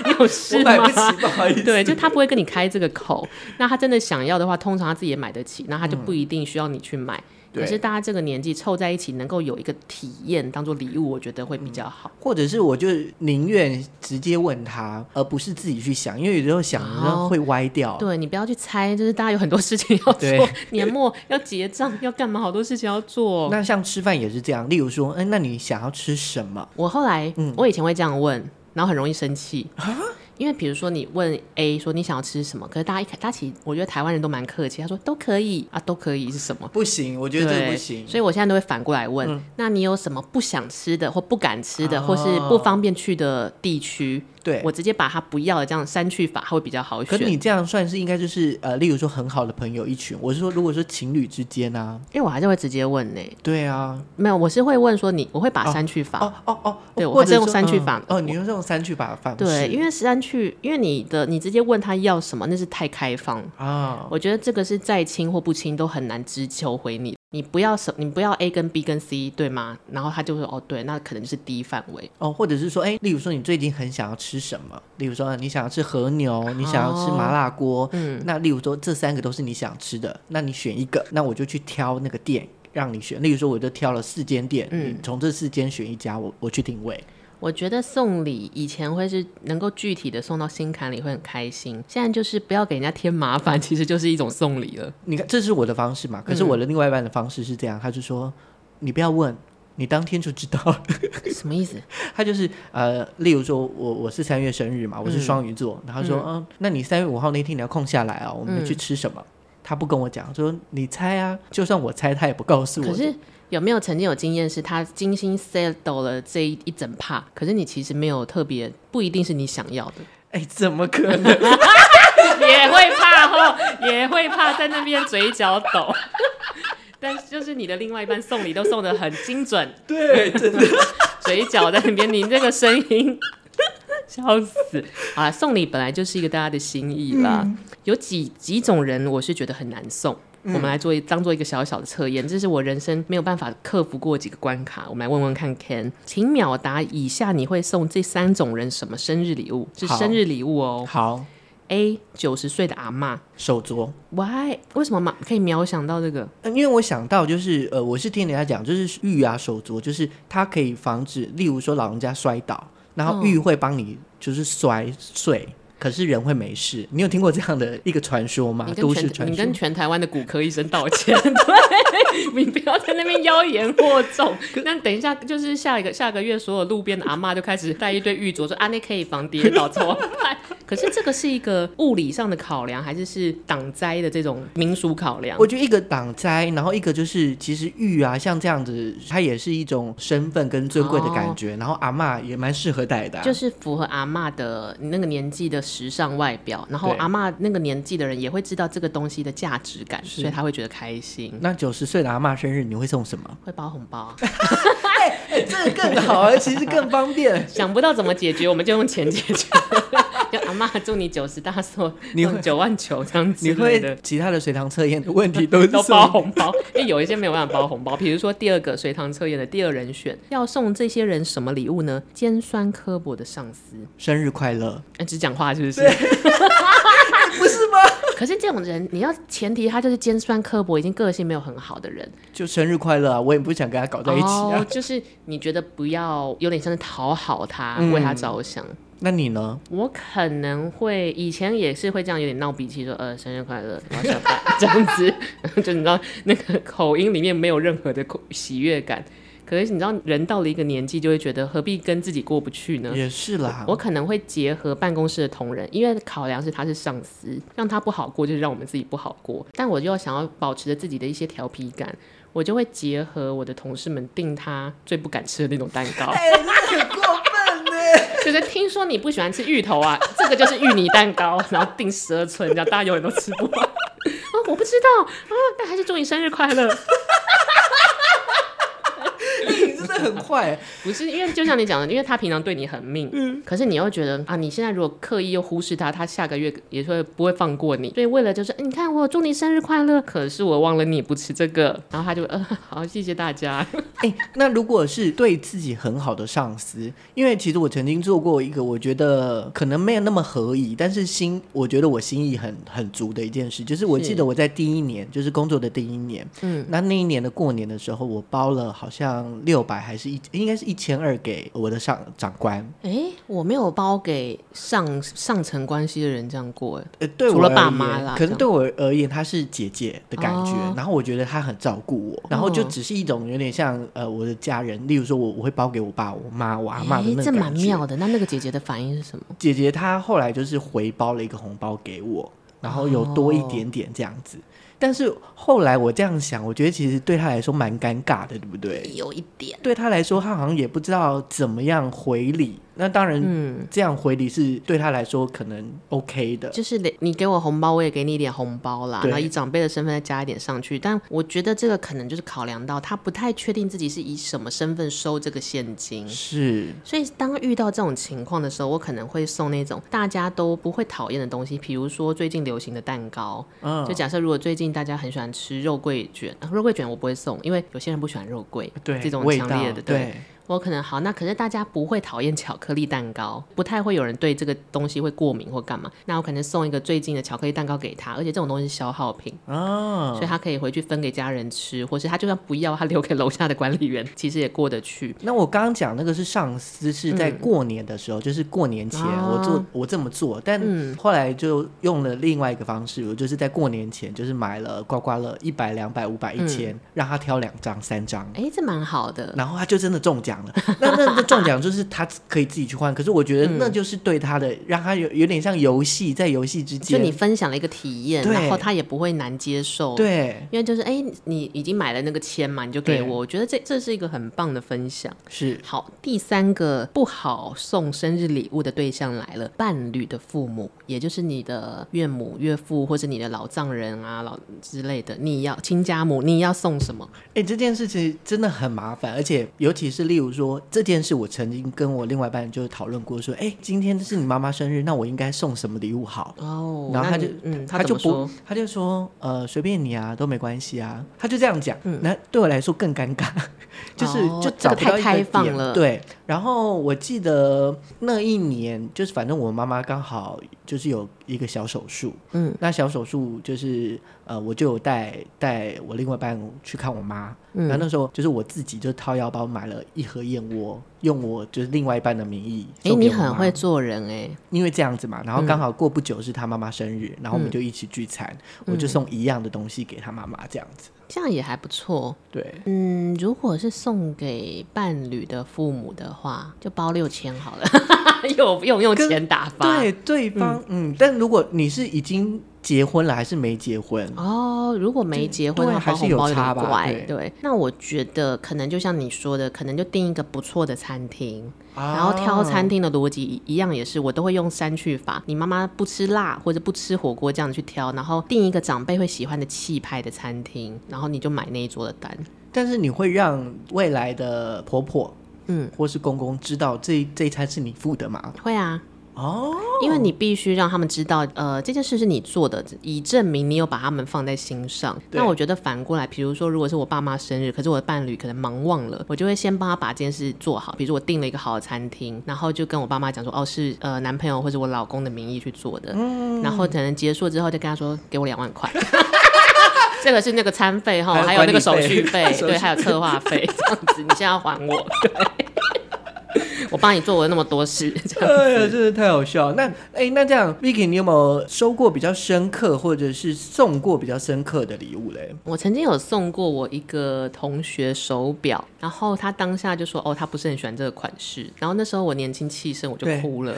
[SPEAKER 2] 有事
[SPEAKER 1] 我
[SPEAKER 2] 吗
[SPEAKER 1] 买？不起，不好意思。
[SPEAKER 2] 对，就他不会跟你开这个口。那他真的想要的话，通常他自己也买得起，那他就不一定需要你去买。
[SPEAKER 1] 嗯对
[SPEAKER 2] 可是大家这个年纪凑在一起，能够有一个体验当做礼物，我觉得会
[SPEAKER 1] 嗯
[SPEAKER 2] 比较好。
[SPEAKER 1] 或者是我就宁愿直接问他，而不是自己去想，因为有时候想
[SPEAKER 2] 哦
[SPEAKER 1] 然后会歪掉。
[SPEAKER 2] 对你不要去猜，就是大家有很多事情要
[SPEAKER 1] 对
[SPEAKER 2] 做，年末要结账，要干嘛，好多事情要做。
[SPEAKER 1] 哦那像吃饭也是这样，例如说，嗯，那你想要吃什么？
[SPEAKER 2] 我后来，
[SPEAKER 1] 嗯
[SPEAKER 2] 我以前会这样问，然后很容易生气。
[SPEAKER 1] 啊
[SPEAKER 2] 因为比如说你问 A 说你想要吃什么，可是大家一开，大家其实我觉得台湾人都蛮客气，他说都可以啊，都可以是什么？
[SPEAKER 1] 不行，我觉
[SPEAKER 2] 对，
[SPEAKER 1] 得这个不行。嗯
[SPEAKER 2] 所以我现在都会反过来问：那你有什么不想吃
[SPEAKER 1] 哦
[SPEAKER 2] 的，或不敢吃的，或是不方便去的地区？
[SPEAKER 1] 对
[SPEAKER 2] 我直接把它不要的这样删去法，它会比较好
[SPEAKER 1] 可
[SPEAKER 2] 选。
[SPEAKER 1] 你这样算是应该就是呃，例如说很好的朋友一群，我是说，如果说情侣之间啊，
[SPEAKER 2] 因为我还是会直接问呢、
[SPEAKER 1] 对啊，
[SPEAKER 2] 没有，我是会问说你，我会把删去法。
[SPEAKER 1] 哦哦哦，
[SPEAKER 2] 啊对我
[SPEAKER 1] 或者
[SPEAKER 2] 还是用
[SPEAKER 1] 说
[SPEAKER 2] 删去
[SPEAKER 1] 嗯
[SPEAKER 2] 法
[SPEAKER 1] 哦，你用这种删去法方式，
[SPEAKER 2] 对，因为删去，因为你的你直接问他要什么，那是太开放。
[SPEAKER 1] 啊，
[SPEAKER 2] 我觉得这个是再亲或不亲都很难直求回你。你不要什，你不要 A 跟 B 跟 C 对吗？然后他就说哦对，那可能就是 D 范围。
[SPEAKER 1] 哦，或者是说，哎，例如说你最近很想要吃什么？例如说呃你想要吃和牛，你想要吃麻辣锅，嗯，那例如说这三个都是你想吃的，那你选一个，那我就去挑那个店。让你选，例如说，我就挑了四间店，嗯，从这四间选一家，我我去定位。
[SPEAKER 2] 我觉得送礼以前会是能够具体的送到心坎里，会很开心。现在就是不要给人家添麻烦，其实就是一种送礼了。
[SPEAKER 1] 你看，这是我的方式嘛？可是我的另外一半的方式是这样，他就说，你不要问，你当天就知道了。
[SPEAKER 2] 什么意思？
[SPEAKER 1] 他就是呃，例如说我我是三月生日嘛，我
[SPEAKER 2] 嗯
[SPEAKER 1] 是双鱼座，然后说嗯、那你三月五号那天你要空下来啊，我
[SPEAKER 2] 嗯
[SPEAKER 1] 们去吃什么？他不跟我讲，说你猜啊，就算我猜，他也不告诉我。
[SPEAKER 2] 可是有没有曾经有经验是他精心 settle 了这一一整趴，可是你其实没有特别，不一定是你想要的，
[SPEAKER 1] 哎，怎么可 能？
[SPEAKER 2] 也会怕吼，也会怕在那边嘴角抖。 但是就是你的另外一半送礼都送的很精准，
[SPEAKER 1] 对，真 的。
[SPEAKER 2] 嘴角在那边，你这个声音， 笑死！好啦，送礼本来就是一个大家的心意啦。有几几种人，我是觉得很难送。我们来做一当做一个小小的测验，这是我人生没有办法克服过几个关卡。我们来问问看，Ken，请秒答以下你会送这三种人什么生日礼物？是
[SPEAKER 1] 好
[SPEAKER 2] 生日礼物哦。
[SPEAKER 1] 好，
[SPEAKER 2] A 九十岁的阿嬷
[SPEAKER 1] 手镯。
[SPEAKER 2] ，Why？为什么嘛可以秒想到这个？
[SPEAKER 1] 嗯，因为我想到就是，呃，我是听人家讲，就是玉啊，手镯，就是它可以防止，例如说老人家摔倒，然
[SPEAKER 2] 嗯
[SPEAKER 1] 后玉会帮你就是摔碎，可是人会没事。你有听过这样的一个传说吗
[SPEAKER 2] 你？跟
[SPEAKER 1] 啊都市
[SPEAKER 2] 全
[SPEAKER 1] 传
[SPEAKER 2] 你
[SPEAKER 1] 说
[SPEAKER 2] 跟。全台湾的骨科医生道歉， 对你不要在那边妖言惑众。那等一下，就是下一个下个月，所有路边的阿嬷就开始带一堆玉镯，说啊，那可以防跌倒，怎么办？ 可是这个是一个物理上的考量，还是是挡灾的这种民俗考量
[SPEAKER 1] 我？觉得一啊个挡灾，然后一个就是其实玉啊，像这样子，它也是一种身份跟尊贵的感觉。然后阿嬷也蛮适合戴的啊、
[SPEAKER 2] 哦就是符合阿嬷的那个年纪的时尚外表，然后
[SPEAKER 1] 对
[SPEAKER 2] 阿嬷那个年纪的人也会知道这个东西的价值感，
[SPEAKER 1] 是
[SPEAKER 2] 所以他会觉得开心，
[SPEAKER 1] 那九十岁的阿嬷生日，你会送什 么？
[SPEAKER 2] 会包红包啊。
[SPEAKER 1] 哎、这个更好啊，其实更方便。
[SPEAKER 2] 想不到怎么解决，我们就用钱解决。 就阿妈祝你九十大寿，
[SPEAKER 1] 你会
[SPEAKER 2] 用九万九这样子，
[SPEAKER 1] 你会其他的随堂测验的问题都
[SPEAKER 2] 都
[SPEAKER 1] 送
[SPEAKER 2] 包红包，因为有一些没有办法包红包。比如说第二个随堂测验的第二人选，要送这些人什么礼物呢？尖酸刻薄的上司，
[SPEAKER 1] 生日快乐，
[SPEAKER 2] 呃只讲话是不是？
[SPEAKER 1] 不是吗？
[SPEAKER 2] 可是这种人，你要前提他就是尖酸刻薄，已经个性没有很好的人，
[SPEAKER 1] 就生日快乐啊！我也不想跟他搞在一起啊。
[SPEAKER 2] 哦，就是你觉得不要有点像是讨好他，
[SPEAKER 1] 嗯
[SPEAKER 2] 为他着想。
[SPEAKER 1] 那你呢？
[SPEAKER 2] 我可能会以前也是会这样，有点闹脾气，说呃生日快乐，我要下 班这样子，就你知道那个口音里面没有任何的口喜悦感。可是你知道，人到了一个年纪，就会觉得何必跟自己过不去呢？
[SPEAKER 1] 也是啦。
[SPEAKER 2] 我可能会结合办公室的同仁，因为考量是他是上司，让他不好过就是让我们自己不好过。但我就要想要保持着自己的一些调皮感，我就会结合我的同事们订他最不敢吃的那种蛋糕。
[SPEAKER 1] 哎、真的很过分呢。
[SPEAKER 2] 就是听说你不喜欢吃芋头啊， 这个就是芋泥蛋糕，然后订十二寸，这样大家永远都吃不完。 啊，我不知道啊，但还是祝你生日快乐。
[SPEAKER 1] 你真的很坏。
[SPEAKER 2] 不是因为就像你讲的，因为他平常对你很命，可是你又觉得啊，你现在如果刻意又忽视他，他下个月也会不会放过你？所以为了就是，哎你看我祝你生日快乐，可是我忘了你不吃这个，然后他就呃， 好谢谢大 家。
[SPEAKER 1] 哎、那如果是对自己很好的上司，因为其实我曾经做过一个我觉得可能没有那么合宜，但是心我觉得我心意很很足的一件事，就是我
[SPEAKER 2] 是
[SPEAKER 1] 记得我在第一年，就是工作的第一年，
[SPEAKER 2] 嗯
[SPEAKER 1] 嗯，那那一年的过年的时候，我包了好像六百还是一应该是一千二给我的上长官，
[SPEAKER 2] 哎、我没有包给上上层关系的人这样过，哎，
[SPEAKER 1] 呃，对
[SPEAKER 2] 除
[SPEAKER 1] 我
[SPEAKER 2] 了
[SPEAKER 1] 而
[SPEAKER 2] 爸妈
[SPEAKER 1] 言
[SPEAKER 2] 啦
[SPEAKER 1] 可
[SPEAKER 2] 这
[SPEAKER 1] 能
[SPEAKER 2] 样
[SPEAKER 1] 对我而言她是姐姐的感觉，
[SPEAKER 2] 哦
[SPEAKER 1] 然后我觉得她很照顾我，然后就
[SPEAKER 2] 嗯
[SPEAKER 1] 只是一种有点像呃我的家人，例如说我我会包给我爸、我妈、我阿妈的那
[SPEAKER 2] 这
[SPEAKER 1] 个
[SPEAKER 2] 蛮
[SPEAKER 1] 感觉。
[SPEAKER 2] 妙的。那那个姐姐的反应是什么？
[SPEAKER 1] 姐姐她后来就是回包了一个红包给我，然后有多一点点这样子。但是后来我这样想，我觉得其实对她来说蛮尴尬的，对不对？
[SPEAKER 2] 有一点，
[SPEAKER 1] 对她来说，她好像也不知道怎么样回礼。那当然，
[SPEAKER 2] 嗯，
[SPEAKER 1] 这样回礼是对她来说可能 OK 的。
[SPEAKER 2] 就是得你给我红包，我也给你一点红包啦，
[SPEAKER 1] 对
[SPEAKER 2] 然后以长辈的身份再加一点上去。但我觉得这个可能就是考量到他不太确定自己是以什么身份收这个现金。
[SPEAKER 1] 是，
[SPEAKER 2] 所以，当遇到这种情况的时候，我可能会送那种大家都不会讨厌的东西，比如说最近流行的蛋糕。
[SPEAKER 1] 嗯
[SPEAKER 2] 就，假设如果最近大家很喜欢吃肉桂卷，啊肉桂卷我不会送，因为有些人不喜欢肉桂，
[SPEAKER 1] 对，
[SPEAKER 2] 这种
[SPEAKER 1] 味
[SPEAKER 2] 强
[SPEAKER 1] 道
[SPEAKER 2] 烈的，对
[SPEAKER 1] 对，
[SPEAKER 2] 我可能好，那可是大家不会讨厌巧克力蛋糕，不太会有人对这个东西会过敏或干嘛。那我可能送一个最近的巧克力蛋糕给他，而且这种东西是消耗品，
[SPEAKER 1] 啊，
[SPEAKER 2] 所以他可以回去分给家人吃，或是他就算不要，他留给楼下的管理员，其实也过得去。
[SPEAKER 1] 那我刚刚讲那个是上司，是在过年的时候，就是过年前
[SPEAKER 2] 嗯啊嗯
[SPEAKER 1] 我做、我这么做，但后来就用了另外一个方式，我就是在过年前就是买了刮刮乐一百、两百、五百、一千，
[SPEAKER 2] 嗯
[SPEAKER 1] 让他挑两张、三张。
[SPEAKER 2] 哎、这蛮好的。
[SPEAKER 1] 然后他就真的中奖了， 那那那中奖就是他可以自己去换，可是我觉
[SPEAKER 2] 嗯
[SPEAKER 1] 得那就是对他的，让他有有点像游戏，在游戏之
[SPEAKER 2] 就
[SPEAKER 1] 间，
[SPEAKER 2] 你分享了一个体验，
[SPEAKER 1] 对
[SPEAKER 2] 然后他也不会难接受。。
[SPEAKER 1] 对
[SPEAKER 2] 因为就是哎、你已经买了那个签嘛，你就给
[SPEAKER 1] 对
[SPEAKER 2] 我，我觉得这这是一个很棒的分享。
[SPEAKER 1] 是
[SPEAKER 2] 好，第三个不好送生日礼物的对象来了，伴侣的父母，也就是你的岳母、岳父或者你的老丈人啊、老之类的，你要亲家母，你要送什么？
[SPEAKER 1] 哎、这件事情真的很麻烦，而且尤其是例如说这件事，我曾经跟我另外一半就是讨论过，说，哎、今天是你妈妈生日，那我应该送什么礼物好？
[SPEAKER 2] 哦，
[SPEAKER 1] 然后他
[SPEAKER 2] 那
[SPEAKER 1] 就
[SPEAKER 2] 你嗯，
[SPEAKER 1] 他
[SPEAKER 2] 他
[SPEAKER 1] 就
[SPEAKER 2] 怎么
[SPEAKER 1] 不
[SPEAKER 2] 说？，
[SPEAKER 1] 他就说，呃，随便你啊，都没关系啊，他就这样讲。那对我来说更尴尬， 就是、
[SPEAKER 2] 嗯哦
[SPEAKER 1] 就
[SPEAKER 2] 这
[SPEAKER 1] 找
[SPEAKER 2] 个
[SPEAKER 1] 不到
[SPEAKER 2] 太
[SPEAKER 1] 一
[SPEAKER 2] 开
[SPEAKER 1] 点
[SPEAKER 2] 放了
[SPEAKER 1] 对，然后我记得那一年，就是反正我妈妈刚好就是有一个小手术，
[SPEAKER 2] 嗯，
[SPEAKER 1] 那小手术就是呃，我就有带带我另外一半去看我妈，
[SPEAKER 2] 嗯
[SPEAKER 1] 然后那时候就是我自己就掏腰包买了一盒燕窝，用我就是另外一半的名义
[SPEAKER 2] 哎、
[SPEAKER 1] 送给
[SPEAKER 2] 你
[SPEAKER 1] 我妈
[SPEAKER 2] 很会做人哎、
[SPEAKER 1] 因为这样子嘛，然后刚好过不久是他妈妈生日，然后我们就一起聚餐，我就送一样的东西给他妈妈，这样子。
[SPEAKER 2] 这样也还不错。
[SPEAKER 1] 对，
[SPEAKER 2] 嗯，如果是送给伴侣的父母的话，就包六千好了， 用用用钱打发。
[SPEAKER 1] 对，对方，嗯但如果你是已经结婚了还是没结婚，
[SPEAKER 2] 哦，如果没结婚，
[SPEAKER 1] 对
[SPEAKER 2] 他
[SPEAKER 1] 还
[SPEAKER 2] 包
[SPEAKER 1] 是
[SPEAKER 2] 红
[SPEAKER 1] 有
[SPEAKER 2] 包有
[SPEAKER 1] 差
[SPEAKER 2] 点
[SPEAKER 1] 吧
[SPEAKER 2] 怪。
[SPEAKER 1] 对
[SPEAKER 2] 对，那我觉得可能就像你说的，可能就订一个不错的餐厅，
[SPEAKER 1] 啊
[SPEAKER 2] 然后挑餐厅的逻辑一一样也是，我都会用删去法。你妈妈不吃辣或者不吃火锅这样去挑，然后订一个长辈会喜欢的气派的餐厅，然后你就买那一桌的单。
[SPEAKER 1] 但是你会让未来的婆婆，
[SPEAKER 2] 嗯
[SPEAKER 1] 嗯，或是公公知道这这一餐是你付的吗？
[SPEAKER 2] 会啊，
[SPEAKER 1] 哦，
[SPEAKER 2] 因为你必须让他们知道，呃，这件事是你做的，以证明你有把他们放在心上。
[SPEAKER 1] 对
[SPEAKER 2] 那我觉得反过来，比如说，如果是我爸妈生日，可是我的伴侣可能忙忘了，我就会先帮他把这件事做好。比如说，我订了一个好的餐厅，然后就跟我爸妈讲说，哦，是呃男朋友或者我老公的名义去做的，
[SPEAKER 1] 嗯
[SPEAKER 2] 然后可能结束之后再跟他说，给我两万 块。这个是那个餐费哈，还
[SPEAKER 1] 还有
[SPEAKER 2] 有那个手
[SPEAKER 1] 管理
[SPEAKER 2] 续
[SPEAKER 1] 费
[SPEAKER 2] 费，
[SPEAKER 1] 手续
[SPEAKER 2] 对，还有策划费，这样子，你现在要还我。对我帮你做了那么多事，这样
[SPEAKER 1] 哎呀，真是太好笑。那哎、那这样，Vicky，你有没有收过比较深刻，或者是送过比较深刻的礼物嘞？
[SPEAKER 2] 我曾经有送过我一个同学手表，然后他当下就说：“哦，他不是很喜欢这个款式。”然后那时候我年轻气盛，我就
[SPEAKER 1] 对
[SPEAKER 2] 哭了。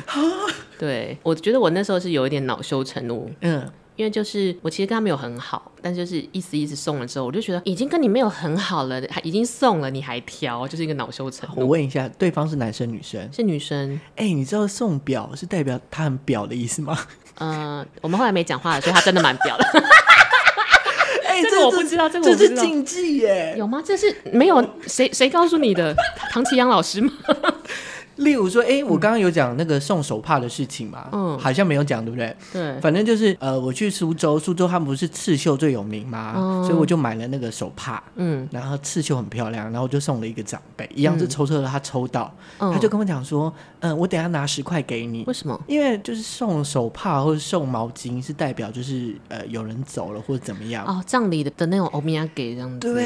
[SPEAKER 2] 对，我觉得我那时候是有一点恼羞成怒，
[SPEAKER 1] 嗯，
[SPEAKER 2] 因为就是我其实跟他没有很好，但就是意思意思送了之后，我就觉得已经跟你没有很好了，还已经送了，你还挑，就是一个恼羞成
[SPEAKER 1] 我
[SPEAKER 2] 怒。
[SPEAKER 1] 问一下，对方是男生女生？
[SPEAKER 2] 是女生，
[SPEAKER 1] 哎、你知道送表是代表他很表的意思吗？
[SPEAKER 2] 呃，我们后来没讲话了，所以她真的蛮婊的。
[SPEAKER 1] 哎、
[SPEAKER 2] 这个我不知道这个
[SPEAKER 1] 这
[SPEAKER 2] 我不
[SPEAKER 1] 是
[SPEAKER 2] 知道
[SPEAKER 1] 禁忌耶。
[SPEAKER 2] 有吗？这是没有谁谁告诉你的？唐奇阳老师吗？
[SPEAKER 1] 例如说，哎、我刚刚有讲那个送手帕的事情嘛，嗯，
[SPEAKER 2] 嗯
[SPEAKER 1] 好像没有讲，对不对？
[SPEAKER 2] 对，
[SPEAKER 1] 反正就是呃，我去苏州，苏州他们不是刺绣最有名嘛，
[SPEAKER 2] 哦
[SPEAKER 1] 所以我就买了那个手帕，
[SPEAKER 2] 嗯，
[SPEAKER 1] 然后刺绣很漂亮，然后我就送了一个长辈，一样是抽抽的，他抽到，
[SPEAKER 2] 嗯
[SPEAKER 1] 他就跟我讲说，嗯，我等一下拿十块给你
[SPEAKER 2] 为。什么？
[SPEAKER 1] 因为就是送手帕或者送毛巾，是代表就是呃有人走了或者怎么样，
[SPEAKER 2] 哦，葬礼的的那种欧米亚给这样子。，
[SPEAKER 1] 对，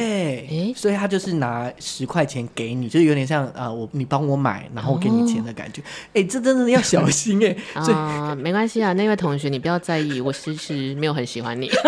[SPEAKER 2] 诶
[SPEAKER 1] 所以他就是拿十块钱给你，就是有点像啊、呃我你帮我买，然后我给你钱的感觉。哎、这真的要小心哎、所以
[SPEAKER 2] 哦 啊、没关系啊，那位同学你不要在意，我其实没有很喜欢你。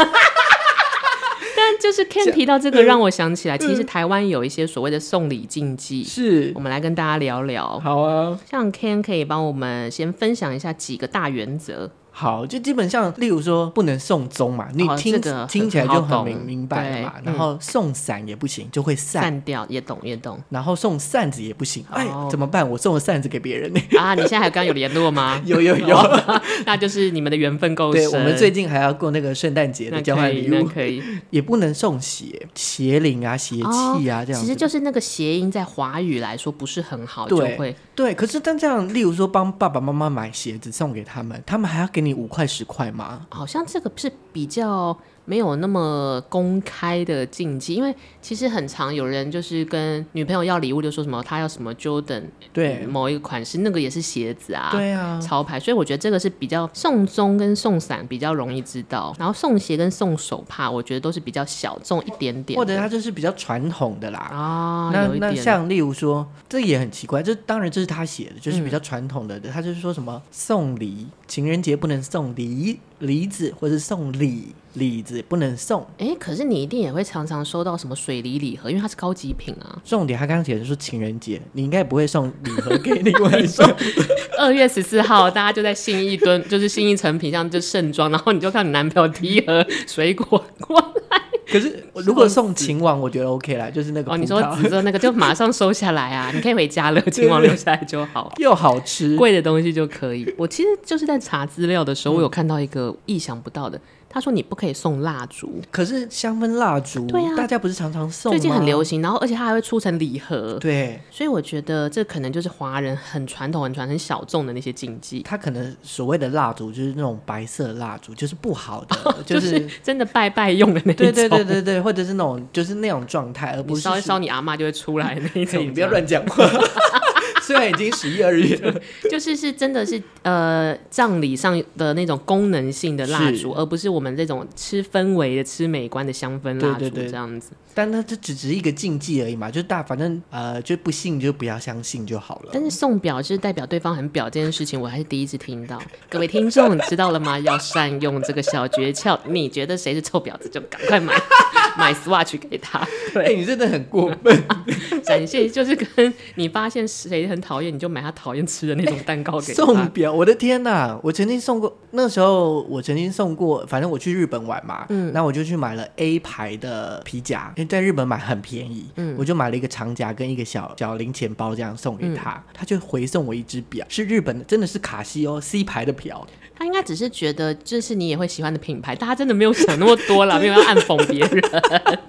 [SPEAKER 2] 但就是 Ken 提到这
[SPEAKER 1] 嗯
[SPEAKER 2] 个，让我想起来，其实台湾有一些所谓的送礼禁忌，
[SPEAKER 1] 是
[SPEAKER 2] 我们来跟大家聊聊。
[SPEAKER 1] 好啊，
[SPEAKER 2] 像 Ken 可以帮我们先分享一下几个大原则，
[SPEAKER 1] 好，就基本上，例如说不能送钟嘛，你
[SPEAKER 2] 哦
[SPEAKER 1] 听、
[SPEAKER 2] 这个很
[SPEAKER 1] 听起来就
[SPEAKER 2] 很好
[SPEAKER 1] 很
[SPEAKER 2] 懂
[SPEAKER 1] 明明白了嘛。
[SPEAKER 2] 对
[SPEAKER 1] 然后送伞也不行，就会散。
[SPEAKER 2] 散掉也懂也懂
[SPEAKER 1] 然后送扇子也不行，哎、
[SPEAKER 2] 哦
[SPEAKER 1] 怎么办？我送了扇子给别人 呢。？
[SPEAKER 2] 啊。你现在还刚刚有联络吗
[SPEAKER 1] 有有有，
[SPEAKER 2] 那就是你们的缘分够
[SPEAKER 1] 对
[SPEAKER 2] 深。
[SPEAKER 1] 我们最近还要过那个圣诞节的
[SPEAKER 2] 那
[SPEAKER 1] 交
[SPEAKER 2] 可
[SPEAKER 1] 换
[SPEAKER 2] 以，
[SPEAKER 1] 礼
[SPEAKER 2] 那
[SPEAKER 1] 物，
[SPEAKER 2] 可以。
[SPEAKER 1] 也不能送鞋、鞋领啊、鞋器 啊、这样子。
[SPEAKER 2] 哦其实就是那个谐音，在华语来说不是很好，就
[SPEAKER 1] 对
[SPEAKER 2] 会
[SPEAKER 1] 对，可是但这样，例如说帮爸爸妈妈买鞋子送给他们，他们还要给你五块十块吗？
[SPEAKER 2] 好像这个是比较没有那么公开的禁忌，因为其实很常有人就是跟女朋友要礼物，就说什么他要什么 Jordan，
[SPEAKER 1] 对
[SPEAKER 2] 嗯某一个款式，那个也是鞋子啊，
[SPEAKER 1] 对啊，
[SPEAKER 2] 潮牌，所以我觉得这个是比较送钟跟送伞比较容易知道，然后送鞋跟送手帕，我觉得都是比较小众一点点的，
[SPEAKER 1] 或者他就是比较传统的啦。
[SPEAKER 2] 啊，
[SPEAKER 1] 那
[SPEAKER 2] 有一
[SPEAKER 1] 那
[SPEAKER 2] 点
[SPEAKER 1] 像例如说，这也很奇怪，这当然这是他写的，就是比
[SPEAKER 2] 嗯
[SPEAKER 1] 较传统的，他就是说什么送梨，情人节不能送梨梨子，或者送礼李子不能送。
[SPEAKER 2] 哎，可是你一定也会常常收到什么水梨礼盒，因为它是高级品啊。
[SPEAKER 1] 重点他刚刚写的是情人节，你应该不会送礼盒给 另外一半
[SPEAKER 2] 二月十四号，大家就在信义蹲， 就是信义成品上就盛装，然后你就看你男朋友提一盒水果过来
[SPEAKER 1] 可是如果送情网，我觉得 OK 啦，就是那个
[SPEAKER 2] 哦，你
[SPEAKER 1] 葡
[SPEAKER 2] 说
[SPEAKER 1] 萄
[SPEAKER 2] 紫色那个就马上收下来 啊，你可以回家了，请网留下来就好。
[SPEAKER 1] 又好 吃，
[SPEAKER 2] 贵的东西就可以。我其实就是在查资料的时候，我有看到一个意想不到的，他说你不可以送蜡烛，
[SPEAKER 1] 可是香氛蜡烛，
[SPEAKER 2] 对啊
[SPEAKER 1] 大家不是常常送吗？
[SPEAKER 2] 最近很流行，然后而且它还会出成礼盒。
[SPEAKER 1] 对
[SPEAKER 2] 所以我觉得这可能就是华人很传统、很传统、很小众的那些禁忌。
[SPEAKER 1] 它可能所谓的蜡烛就是那种白色蜡烛，就是不好的，
[SPEAKER 2] 就
[SPEAKER 1] 就是
[SPEAKER 2] 是真的拜拜用的那一种，
[SPEAKER 1] 对对对对对，或者是那种就是那种状态，而
[SPEAKER 2] 你
[SPEAKER 1] 不是
[SPEAKER 2] 烧一烧，你阿妈就会出来那
[SPEAKER 1] 嘿
[SPEAKER 2] 一种。
[SPEAKER 1] 你不要，乱讲话。 虽然已经十一二月了，
[SPEAKER 2] 就是是真的是呃葬礼上的那种功能性的蜡
[SPEAKER 1] 是
[SPEAKER 2] 烛，而不是我们这种吃氛围的、吃美观的香氛蜡
[SPEAKER 1] 对对
[SPEAKER 2] 烛
[SPEAKER 1] 对
[SPEAKER 2] 这样子。
[SPEAKER 1] 但它这只只是一个禁忌而已嘛，就大反正呃，就不信就不要相信就好了。
[SPEAKER 2] 但是送表就是代表对方很表这件事情，我还是第一次听到。各位听众知道了吗？要善用这个小诀窍。你觉得谁是臭婊子，就赶快买买 Swatch 给他，
[SPEAKER 1] 哎、你真的很过分。
[SPEAKER 2] 展现就是跟你发现谁很讨厌，你就买他讨厌吃的那种蛋糕给他。
[SPEAKER 1] 送表，我的天呐！我曾经送过，那时候我曾经送过，反正我去日本玩嘛，嗯，那我就去买了 A 牌的皮夹，因为在日本买很便宜，嗯，我就买了一个长夹跟一个小小零钱包这样送给他，他就回送我一只表，是日本的，真的是卡西欧 C 牌的表，
[SPEAKER 2] 他应该只是觉得这是你也会喜欢的品牌，大家真的没有想那么多 啦，没有要暗讽别人。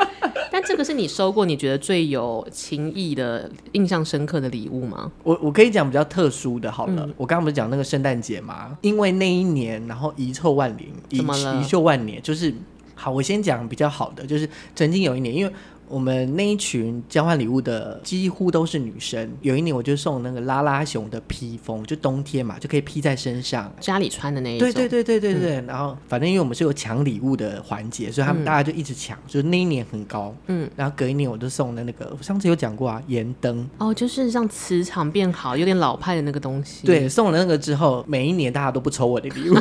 [SPEAKER 2] 但这个是你收过你觉得最有情意的、印象深刻的礼物吗？
[SPEAKER 1] 我我可以讲比较特殊的，好了，
[SPEAKER 2] 嗯
[SPEAKER 1] 我刚刚不是讲那个圣诞节嘛，因为那一年，然后遗臭万年，遗
[SPEAKER 2] 怎么了
[SPEAKER 1] 遗臭万年，就是好，我先讲比较好的，就是曾经有一年，因为我们那一群交换礼物的几乎都是女生。有一年我就送那个拉拉熊的披风，就冬天嘛，就可以披在身上。
[SPEAKER 2] 家里穿的那一种，嗯
[SPEAKER 1] 对对对对对对，然后反正因为我们是有抢礼物的环节，所以他们大家就一直抢，就是那一年很高，
[SPEAKER 2] 嗯
[SPEAKER 1] 嗯，然后隔一年我就送的那个，我上次有讲过啊，盐灯，
[SPEAKER 2] 哦，就是让磁场变好，有点老派的那个东西，
[SPEAKER 1] 对，，送了那个之后，每一年大家都不抽我的礼物，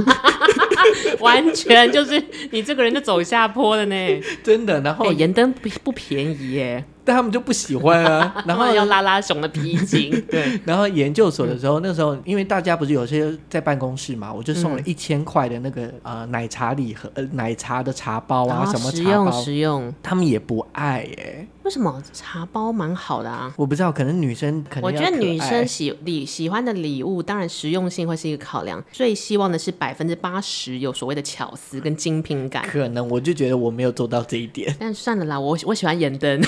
[SPEAKER 2] 完全就是你这个人就走下坡 了呢。
[SPEAKER 1] 真的，然后
[SPEAKER 2] 哦，盐灯不不便宜耶，哦
[SPEAKER 1] 但他们就不喜欢 啊，然后
[SPEAKER 2] 他们要拉拉熊的皮 筋，对，
[SPEAKER 1] 然后研究所的时候，那时候因为大家不是有些在办公室嘛，我就
[SPEAKER 2] 嗯
[SPEAKER 1] 送了一千块的那个呃奶茶礼盒、呃奶茶的茶包啊，什么
[SPEAKER 2] 实
[SPEAKER 1] 茶
[SPEAKER 2] 用
[SPEAKER 1] 包，
[SPEAKER 2] 实用。
[SPEAKER 1] 他们也不爱耶、
[SPEAKER 2] 为什么茶包蛮好的啊？
[SPEAKER 1] 我不知道，可能女生可能
[SPEAKER 2] 我觉
[SPEAKER 1] 要
[SPEAKER 2] 得
[SPEAKER 1] 可
[SPEAKER 2] 女
[SPEAKER 1] 爱
[SPEAKER 2] 生喜礼喜欢的礼物，当然实用性会是一个考量，最希望的是百分之八十有所谓的巧思跟精品感。
[SPEAKER 1] 可能我就觉得我没有做到这一点。
[SPEAKER 2] 但算了啦，我我喜欢盐灯。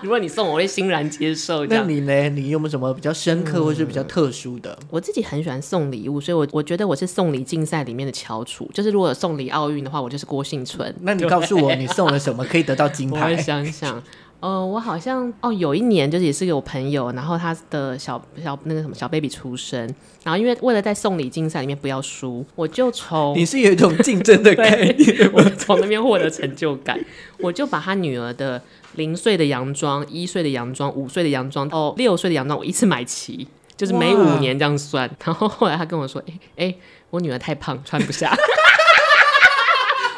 [SPEAKER 2] 如果你送我，我会欣然接受。这
[SPEAKER 1] 那
[SPEAKER 2] 样，嗯
[SPEAKER 1] 你呢？你有没有什么比较深刻或是比较特殊 的？
[SPEAKER 2] 我自己很喜欢送礼物，所以我我觉得我是送礼竞赛里面的翘楚。就是如果有送礼奥运的话，我就是郭幸存。
[SPEAKER 1] 那你告诉我，你送了什么可以得到金
[SPEAKER 2] 我会
[SPEAKER 1] 牌？
[SPEAKER 2] 想想，呃，我好像哦，有一年就是也是有朋友，然后他的小小那个什么小 baby 出生，然后因为为了在送礼竞赛里面不要输，我就从
[SPEAKER 1] 你是有一种竞争的 概念吗
[SPEAKER 2] 我从那边获得成就感，我就把他女儿的零岁的洋装、一岁的洋装、五岁的洋装到六岁的洋装，我一次买齐，就是每
[SPEAKER 1] 哇
[SPEAKER 2] 五年这样算。然后后来他跟我说：“哎、哎、我女儿太胖，穿不下。”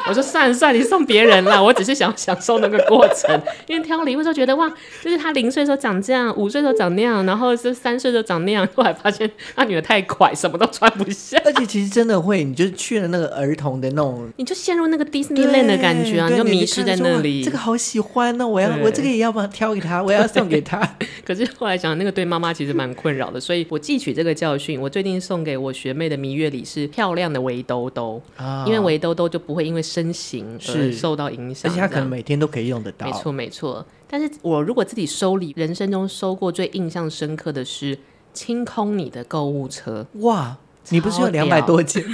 [SPEAKER 2] 我说算了算了，你送别人啦，我只是想享受那个过程。因为挑礼物的时候觉得哇，就是他零岁的时候长这样，五岁的时候长那样，然后是三岁的时候长那样，后来发现他女儿太快，什么都穿不下。
[SPEAKER 1] 而且其实真的会，你就是去了那个儿童的那种
[SPEAKER 2] 你就陷入那个 Disneyland
[SPEAKER 1] Disneyland
[SPEAKER 2] 的感觉啊，你就迷失在那里。
[SPEAKER 1] 这个好喜欢哦，我要
[SPEAKER 2] 对
[SPEAKER 1] 我这个也要把挑给他，我要送给他。
[SPEAKER 2] 可是后来想，那个对妈妈其实蛮困扰的，所以我汲取这个教训。我最近送给我学妹的蜜月礼是漂亮的围兜兜，
[SPEAKER 1] 啊
[SPEAKER 2] 因为围兜兜就不会因为身形而
[SPEAKER 1] 是
[SPEAKER 2] 受到影响，
[SPEAKER 1] 而且他
[SPEAKER 2] 这
[SPEAKER 1] 可
[SPEAKER 2] 样
[SPEAKER 1] 能每天都可以用得到。
[SPEAKER 2] 没错没错。但是我如果自己收礼，人生中收过最印象深刻的是清空你的购物车。
[SPEAKER 1] 哇，你不是有
[SPEAKER 2] 超屌
[SPEAKER 1] 两百多件？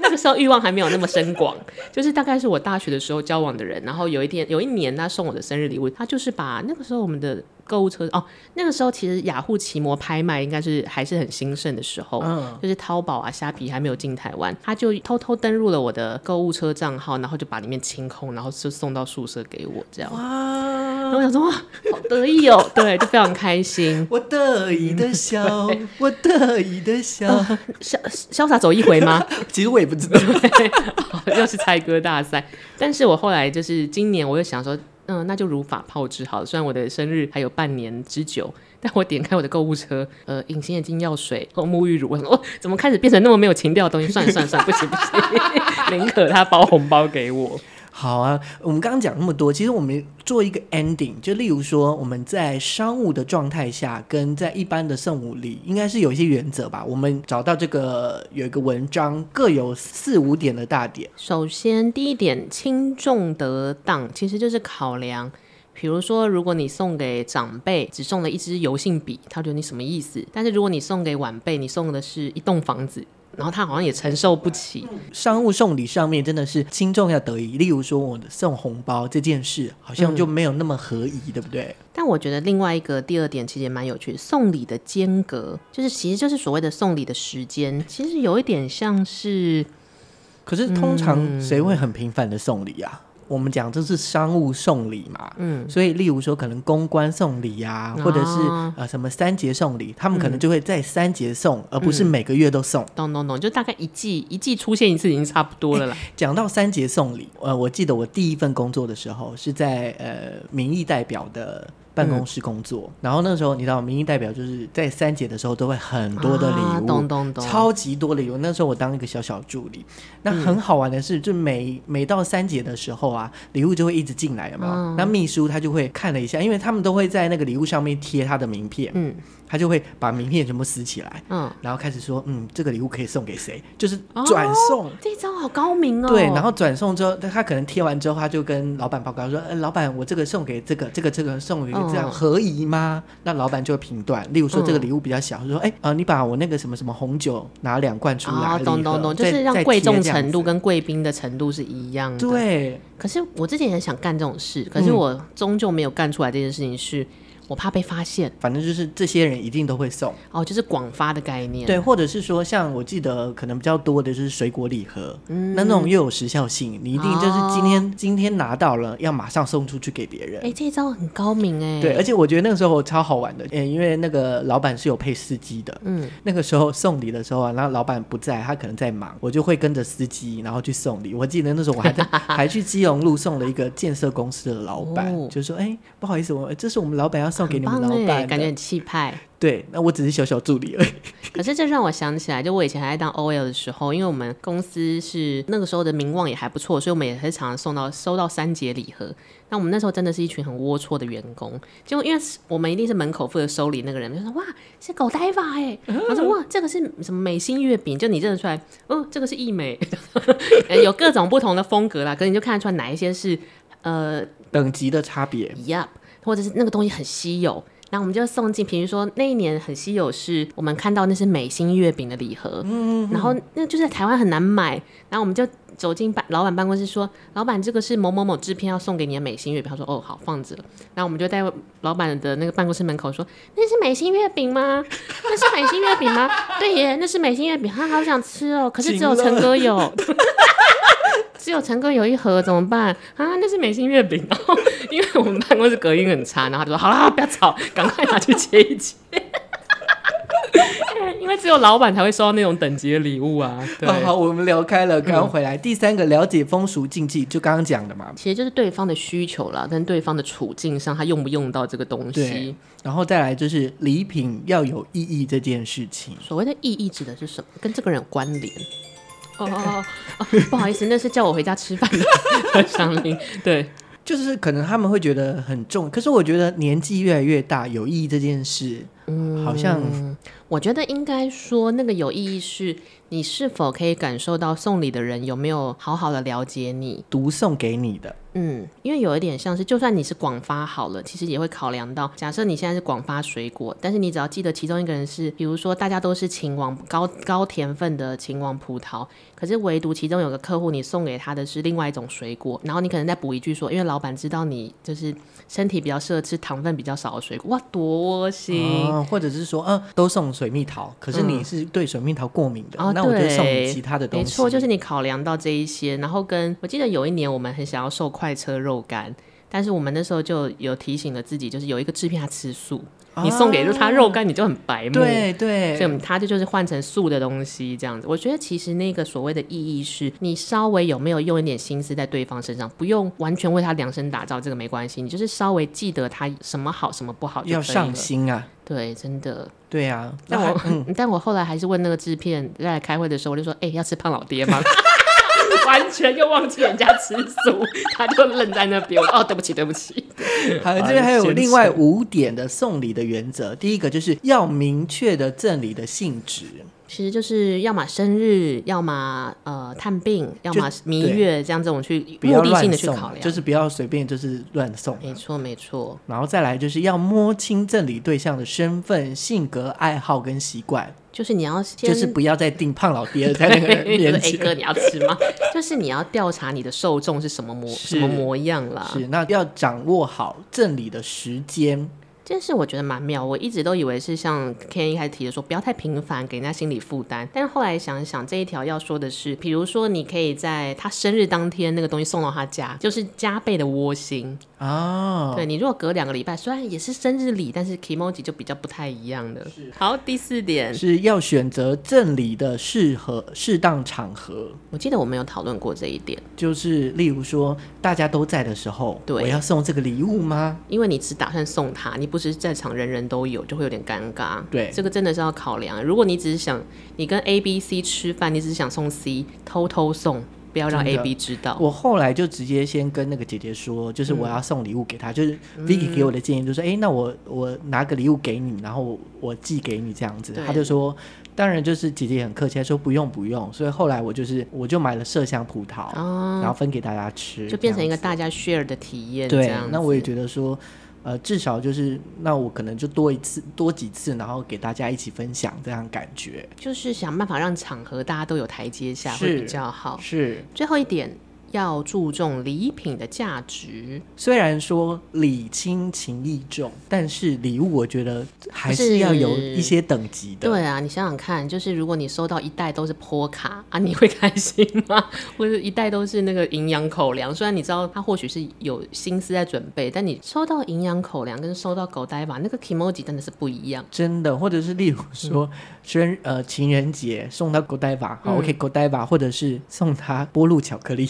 [SPEAKER 2] 那个时候欲望还没有那么深广，就是大概是我大学的时候交往的人，然后有一天有一年他送我的生日礼物，他就是把那个时候我们的购物车哦，那个时候其实雅虎奇摩拍卖应该是还是很兴盛的时候，
[SPEAKER 1] 嗯
[SPEAKER 2] 就是淘宝啊虾皮还没有进台湾，他就偷偷登入了我的购物车账号，然后就把里面清空，然后就送到宿舍给我这样，
[SPEAKER 1] 哇，
[SPEAKER 2] 然后我想说哇，好得意哦，对，就非常开心，
[SPEAKER 1] 我得意的笑，我得意的笑。
[SPEAKER 2] 潇潇洒走一回吗？
[SPEAKER 1] 其实我也不知道，
[SPEAKER 2] 又是猜歌大赛。但是我后来就是今年，我又想说，嗯，那就如法炮制好了。虽然我的生日还有半年之久，但我点开我的购物车，呃，隐形眼镜、药水、哦沐浴乳，我想说哦，怎么开始变成那么没有情调的东西？算了算了算了，不行不行， 宁可他包红包给我。
[SPEAKER 1] 好啊，我们刚刚讲那么多，其实我们做一个 ending，就例如说我们在商务的状态下，跟在一般的圣母礼，应该是有一些原则吧。我们找到这个有一个文章，各有四五点的大点。
[SPEAKER 2] 首先，第一点，轻重得当，其实就是考量。比如说，如果你送给长辈只送了一支油性笔，他觉得你什么意思？但是如果你送给晚辈，你送的是一栋房子，然后他好像也承受不起，
[SPEAKER 1] 商务送礼上面真的是轻重要得宜。例如说，我的送红包这件事，好像就没有那么合宜，对不对？
[SPEAKER 2] 但我觉得另外一个第二点其实也蛮有趣，送礼的间隔，就是其实就是所谓的送礼的时间，其实有一点像是
[SPEAKER 1] 可是通常谁会很频繁的送礼啊？我们讲这是商务送礼嘛，嗯，所以例如说可能公关送礼啊，或者是
[SPEAKER 2] 啊
[SPEAKER 1] 呃什么三节送礼，他们可能就会在三节送，而不是每个月都送。
[SPEAKER 2] 咚咚咚，就大概一季一季出现一次已经差不多了啦。
[SPEAKER 1] 讲到三节送礼，呃，我记得我第一份工作的时候是在呃民意代表的办公室工作，然后那时候你知道，民意代表就是在三节的时候都会很多的礼
[SPEAKER 2] 啊
[SPEAKER 1] 物，
[SPEAKER 2] 咚咚咚
[SPEAKER 1] 超级多的礼物。那时候我当一个小小助理，那很好玩的是，就每每到三节的时候啊，礼物就会一直进来，有没有？那秘书他就会看了一下，因为他们都会在那个礼物上面贴他的名片，
[SPEAKER 2] 嗯，
[SPEAKER 1] 他就会把名片全部撕起来，
[SPEAKER 2] 嗯，
[SPEAKER 1] 然后开始说，嗯，这个礼物可以送给谁，就是转送。
[SPEAKER 2] 这一招好高明哦。
[SPEAKER 1] 对，然后转送之后，他他可能贴完之后，他就跟老板报告说：“呃，老板，我这个送给这个，这个这个送给这样
[SPEAKER 2] 嗯
[SPEAKER 1] 合宜吗？”那老板就会评断，例如说这个礼物比较小，就说：“哎、呃，你把我那个什么什么红酒拿两罐出来，
[SPEAKER 2] 啊，懂
[SPEAKER 1] 礼盒
[SPEAKER 2] 懂懂，就
[SPEAKER 1] 再
[SPEAKER 2] 是让
[SPEAKER 1] 再
[SPEAKER 2] 贵
[SPEAKER 1] 贴
[SPEAKER 2] 重
[SPEAKER 1] 这样
[SPEAKER 2] 程
[SPEAKER 1] 子
[SPEAKER 2] 度跟贵宾的程度是一样的。，
[SPEAKER 1] 对，
[SPEAKER 2] 可是我之前也想干这种事，可是
[SPEAKER 1] 嗯
[SPEAKER 2] 我终究没有干出来这件事情是，我怕被发现
[SPEAKER 1] 反正就是这些人一定都会送。
[SPEAKER 2] 哦，就是广发的概念。
[SPEAKER 1] 对，或者是说，像我记得可能比较多的就是水果礼盒，
[SPEAKER 2] 嗯
[SPEAKER 1] 那那种又有时效性，你一定就是今
[SPEAKER 2] 哦
[SPEAKER 1] 天、今天拿到了，要马上送出去给别人。
[SPEAKER 2] 哎、这一招很高明哎、
[SPEAKER 1] 对，而且我觉得那个时候超好玩的，嗯，因为那个老板是有配司机的，
[SPEAKER 2] 嗯，
[SPEAKER 1] 那个时候送礼的时候啊，然后老板不在，他可能在忙，我就会跟着司机，然后去送礼。我记得那时候我 还在还去基隆路送了一个建设公司的老板，
[SPEAKER 2] 哦
[SPEAKER 1] 就说，哎、不好意思，我这是我们老板要送给
[SPEAKER 2] 很
[SPEAKER 1] 你们
[SPEAKER 2] 棒
[SPEAKER 1] 老
[SPEAKER 2] 哎、
[SPEAKER 1] 板的，
[SPEAKER 2] 感觉很气派。
[SPEAKER 1] 对，那我只是小小助理而已。
[SPEAKER 2] 可是这让我想起来，就我以前还在当 OL 的时候，因为我们公司是那个时候的名望也还不错，所以我们也是常常送到收到三节礼盒。那我们那时候真的是一群很龌龊的员工，结果因为我们一定是门口负责收礼那个人，就说哇是狗呆吧哎，我说哇这个是什么美心月饼，就你认得出来，哦这个是益美、 哎有各种不同的风格啦，可是你就看得出来哪一些是呃
[SPEAKER 1] 等级的差别，
[SPEAKER 2] Yup，或者是那个东西很稀有。那我们就送进，比如说那一年很稀有，是我们看到那是美心月饼的礼盒，嗯然后那就是在台湾很难买，然后我们就走进办老板办公室说，老板这个是某某某制片要送给你的美心月饼，他说哦好放着了，然后我们就在老板的那个办公室门口说，那是美心月饼吗？那是美心月饼吗？对耶，那是美心月饼，他好想吃哦，可是只有陈哥有。只有陈哥有一盒怎么办啊？那是美心月饼，然 后因为我们办公室隔音很差，然后他就说好啦，不要吵，赶快拿去切一切。 因为只有老板才会收到那种等级的礼物啊，对。
[SPEAKER 1] 啊好，我们聊开了，刚刚回来。第三个，了解风俗禁忌，就刚刚讲的嘛。
[SPEAKER 2] 其实就是对方的需求啦，跟对方的处境上，他用不用到这个东
[SPEAKER 1] 对
[SPEAKER 2] 西。，
[SPEAKER 1] 然后再来就是礼品要有意义这件事情。
[SPEAKER 2] 所谓的意义指的是什么？跟这个人有关联。哦哦哦， 不好意思，那是叫我回家吃饭的 祥林。对，
[SPEAKER 1] 就是可能他们会觉得很重，可是我觉得年纪越来越大，有意义这件事，
[SPEAKER 2] 嗯
[SPEAKER 1] 好像
[SPEAKER 2] 我觉得应该说那个有意义是，你是否可以感受到送礼的人有没有好好的了解你。
[SPEAKER 1] 读送给你的，
[SPEAKER 2] 嗯，因为有一点像是，就算你是广发好了，其实也会考量到，假设你现在是广发水果，但是你只要记得其中一个人是，比如说大家都是秦王高高甜分的秦王葡萄，可是唯独其中有个客户你送给他的是另外一种水果，然后你可能再补一句说，因为老板知道你就是身体比较适合吃糖分比较少的水果，哇，多窝心。
[SPEAKER 1] 啊，或者是说，嗯、都送水蜜桃，可是你是对水蜜桃过敏的，
[SPEAKER 2] 哦
[SPEAKER 1] 那我就送
[SPEAKER 2] 对
[SPEAKER 1] 你其他的东西。
[SPEAKER 2] 没错，就是你考量到这一些，然后跟我记得有一年我们很想要瘦快车肉干，但是我们那时候就有提醒了自己，就是有一个制片他吃素，你送给就他肉干，你就很白目。
[SPEAKER 1] 啊哦对
[SPEAKER 2] 所以
[SPEAKER 1] 对，
[SPEAKER 2] 我们他就就是换成素的东西这样子。我觉得其实那个所谓的意义是，你稍微有没有用一点心思在对方身上，不用完全为他量身打造，这个没关系，你就是稍微记得他什么好什么不好就可以
[SPEAKER 1] 要
[SPEAKER 2] 了。
[SPEAKER 1] 上心啊，
[SPEAKER 2] 对，真的。
[SPEAKER 1] 对啊。
[SPEAKER 2] 但
[SPEAKER 1] 那
[SPEAKER 2] 我
[SPEAKER 1] 还、
[SPEAKER 2] 但我后来嗯还是问那个制片，在开会的时候，我就说：“哎、要吃胖老爹吗？” 完全又忘记人家吃素，他就愣在那边。我说哦，对不起，对不起。
[SPEAKER 1] 嗯 好，
[SPEAKER 2] 把
[SPEAKER 1] 这边还有
[SPEAKER 2] 先
[SPEAKER 1] 另外五点的送礼的原则。第一个就是要明确的赠礼的性质，
[SPEAKER 2] 其实就是要么生日，要么呃探病，要么蜜月，这样这种去
[SPEAKER 1] 不
[SPEAKER 2] 目
[SPEAKER 1] 要
[SPEAKER 2] 的性
[SPEAKER 1] 乱
[SPEAKER 2] 的去
[SPEAKER 1] 送
[SPEAKER 2] 考，量。
[SPEAKER 1] 就是不要随便就是乱送。
[SPEAKER 2] 没错，没错。
[SPEAKER 1] 然后再来就是要摸清赠礼对象的身份、性格、爱好跟习惯，
[SPEAKER 2] 就是你要先
[SPEAKER 1] 就是不要再定胖老爹在那个面
[SPEAKER 2] 哎
[SPEAKER 1] 前。
[SPEAKER 2] 哥，你要吃吗？就是你要调查你的受众是什么模
[SPEAKER 1] 是
[SPEAKER 2] 什么模样啦。
[SPEAKER 1] 是，那要掌握好赠礼的时间，
[SPEAKER 2] 这件事我觉得蛮妙，我一直都以为是像 Ken 一开始提的说不要太频繁，给人家心理负担。但后来想一想，这一条要说的是，比如说你可以在他生日当天那个东西送到他家，就是加倍的窝心。
[SPEAKER 1] 哦，
[SPEAKER 2] 对你如果隔两个礼拜，虽然也是生日礼，但是 k i m o j i 就比较不太一样的。好，第四点，
[SPEAKER 1] 是要选择赠礼的适合、适当场合。
[SPEAKER 2] 我记得我们有讨论过这一点，
[SPEAKER 1] 就是例如说，大家都在的时候，
[SPEAKER 2] 对
[SPEAKER 1] 我要送这个礼物吗？
[SPEAKER 2] 因为你只打算送他，你不是在场人人都有，就会有点尴尬。
[SPEAKER 1] 对
[SPEAKER 2] 这个真的是要啊考量。如果你只是想你跟 A、B、C 吃饭，你只是想送 C，偷偷送，不要让
[SPEAKER 1] 真
[SPEAKER 2] A
[SPEAKER 1] 的
[SPEAKER 2] B 知道。
[SPEAKER 1] 我后来就直接先跟那个姐姐说，就是我要送礼物给她，就是
[SPEAKER 2] 嗯
[SPEAKER 1] Vicky 给我的建议就是，哎、那我我拿个礼物给你，然后我我寄给你这样子
[SPEAKER 2] 对。
[SPEAKER 1] 她就说，当然就是姐姐也很客气，她说不用不用。所以后来我就是我就买了麝香葡萄，
[SPEAKER 2] 哦
[SPEAKER 1] 然后分给大家吃，
[SPEAKER 2] 就变成一个
[SPEAKER 1] 这样
[SPEAKER 2] 大家 share 的体验
[SPEAKER 1] 子
[SPEAKER 2] 这
[SPEAKER 1] 对
[SPEAKER 2] 样。。
[SPEAKER 1] 那我也觉得说。呃，至少就是，那我可能就多一次、多几次，然后给大家一起分享这样感觉。
[SPEAKER 2] 就是想办法让场合大家都有台阶下
[SPEAKER 1] 是
[SPEAKER 2] 会比较好。
[SPEAKER 1] 是，
[SPEAKER 2] 最后一点要注重礼品的价值，
[SPEAKER 1] 虽然说礼轻情意重，但是礼物我觉得还
[SPEAKER 2] 就是
[SPEAKER 1] 是要有一些等级的。
[SPEAKER 2] 对啊，你想想看，就是如果你收到一袋都是坡卡啊，你会开心吗？ 或者一袋都是那个营养口粮，虽然你知道他或许是有心思在准备，但你收到营养口粮跟收到狗呆吧那个 k i m o j i 真的是不一样。
[SPEAKER 1] 真的，或者是例如说，生、呃情人节送他 g o d i v a 好、
[SPEAKER 2] 嗯
[SPEAKER 1] o k g o d i v a 或者是送他波露巧 克力，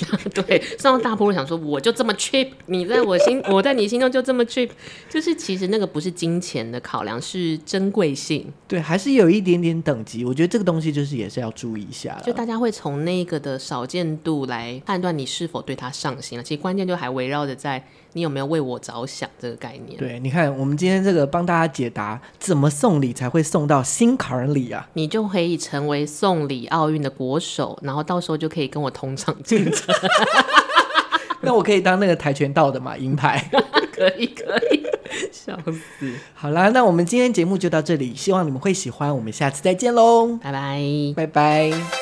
[SPEAKER 2] 对，上到大波想说，我就这么 cheap，你在我心， 我在你心中就这么 cheap，就是其实那个不是金钱的考量，是珍贵性。
[SPEAKER 1] 对，还是有一点点等级。我觉得这个东西就是也是要注意一下
[SPEAKER 2] 就
[SPEAKER 1] 了。
[SPEAKER 2] 大家会从那个的少见度来判断你是否对他上心了。其实关键就还围绕着在你有没有为我着想这个概念。
[SPEAKER 1] 对，你看，我们今天这个帮大家解答怎么送礼才会送到心坎儿里 啊！
[SPEAKER 2] 你就可以成为送礼奥运的国手，然后到时候就可以跟我同场竞争。
[SPEAKER 1] 那我可以当那个跆拳道的嘛，银 牌。
[SPEAKER 2] 可以，可以，笑死！
[SPEAKER 1] 好啦，那我们今天节目就到这里，希望你们会喜欢，我们下次再见喽，
[SPEAKER 2] 拜拜。
[SPEAKER 1] 拜拜。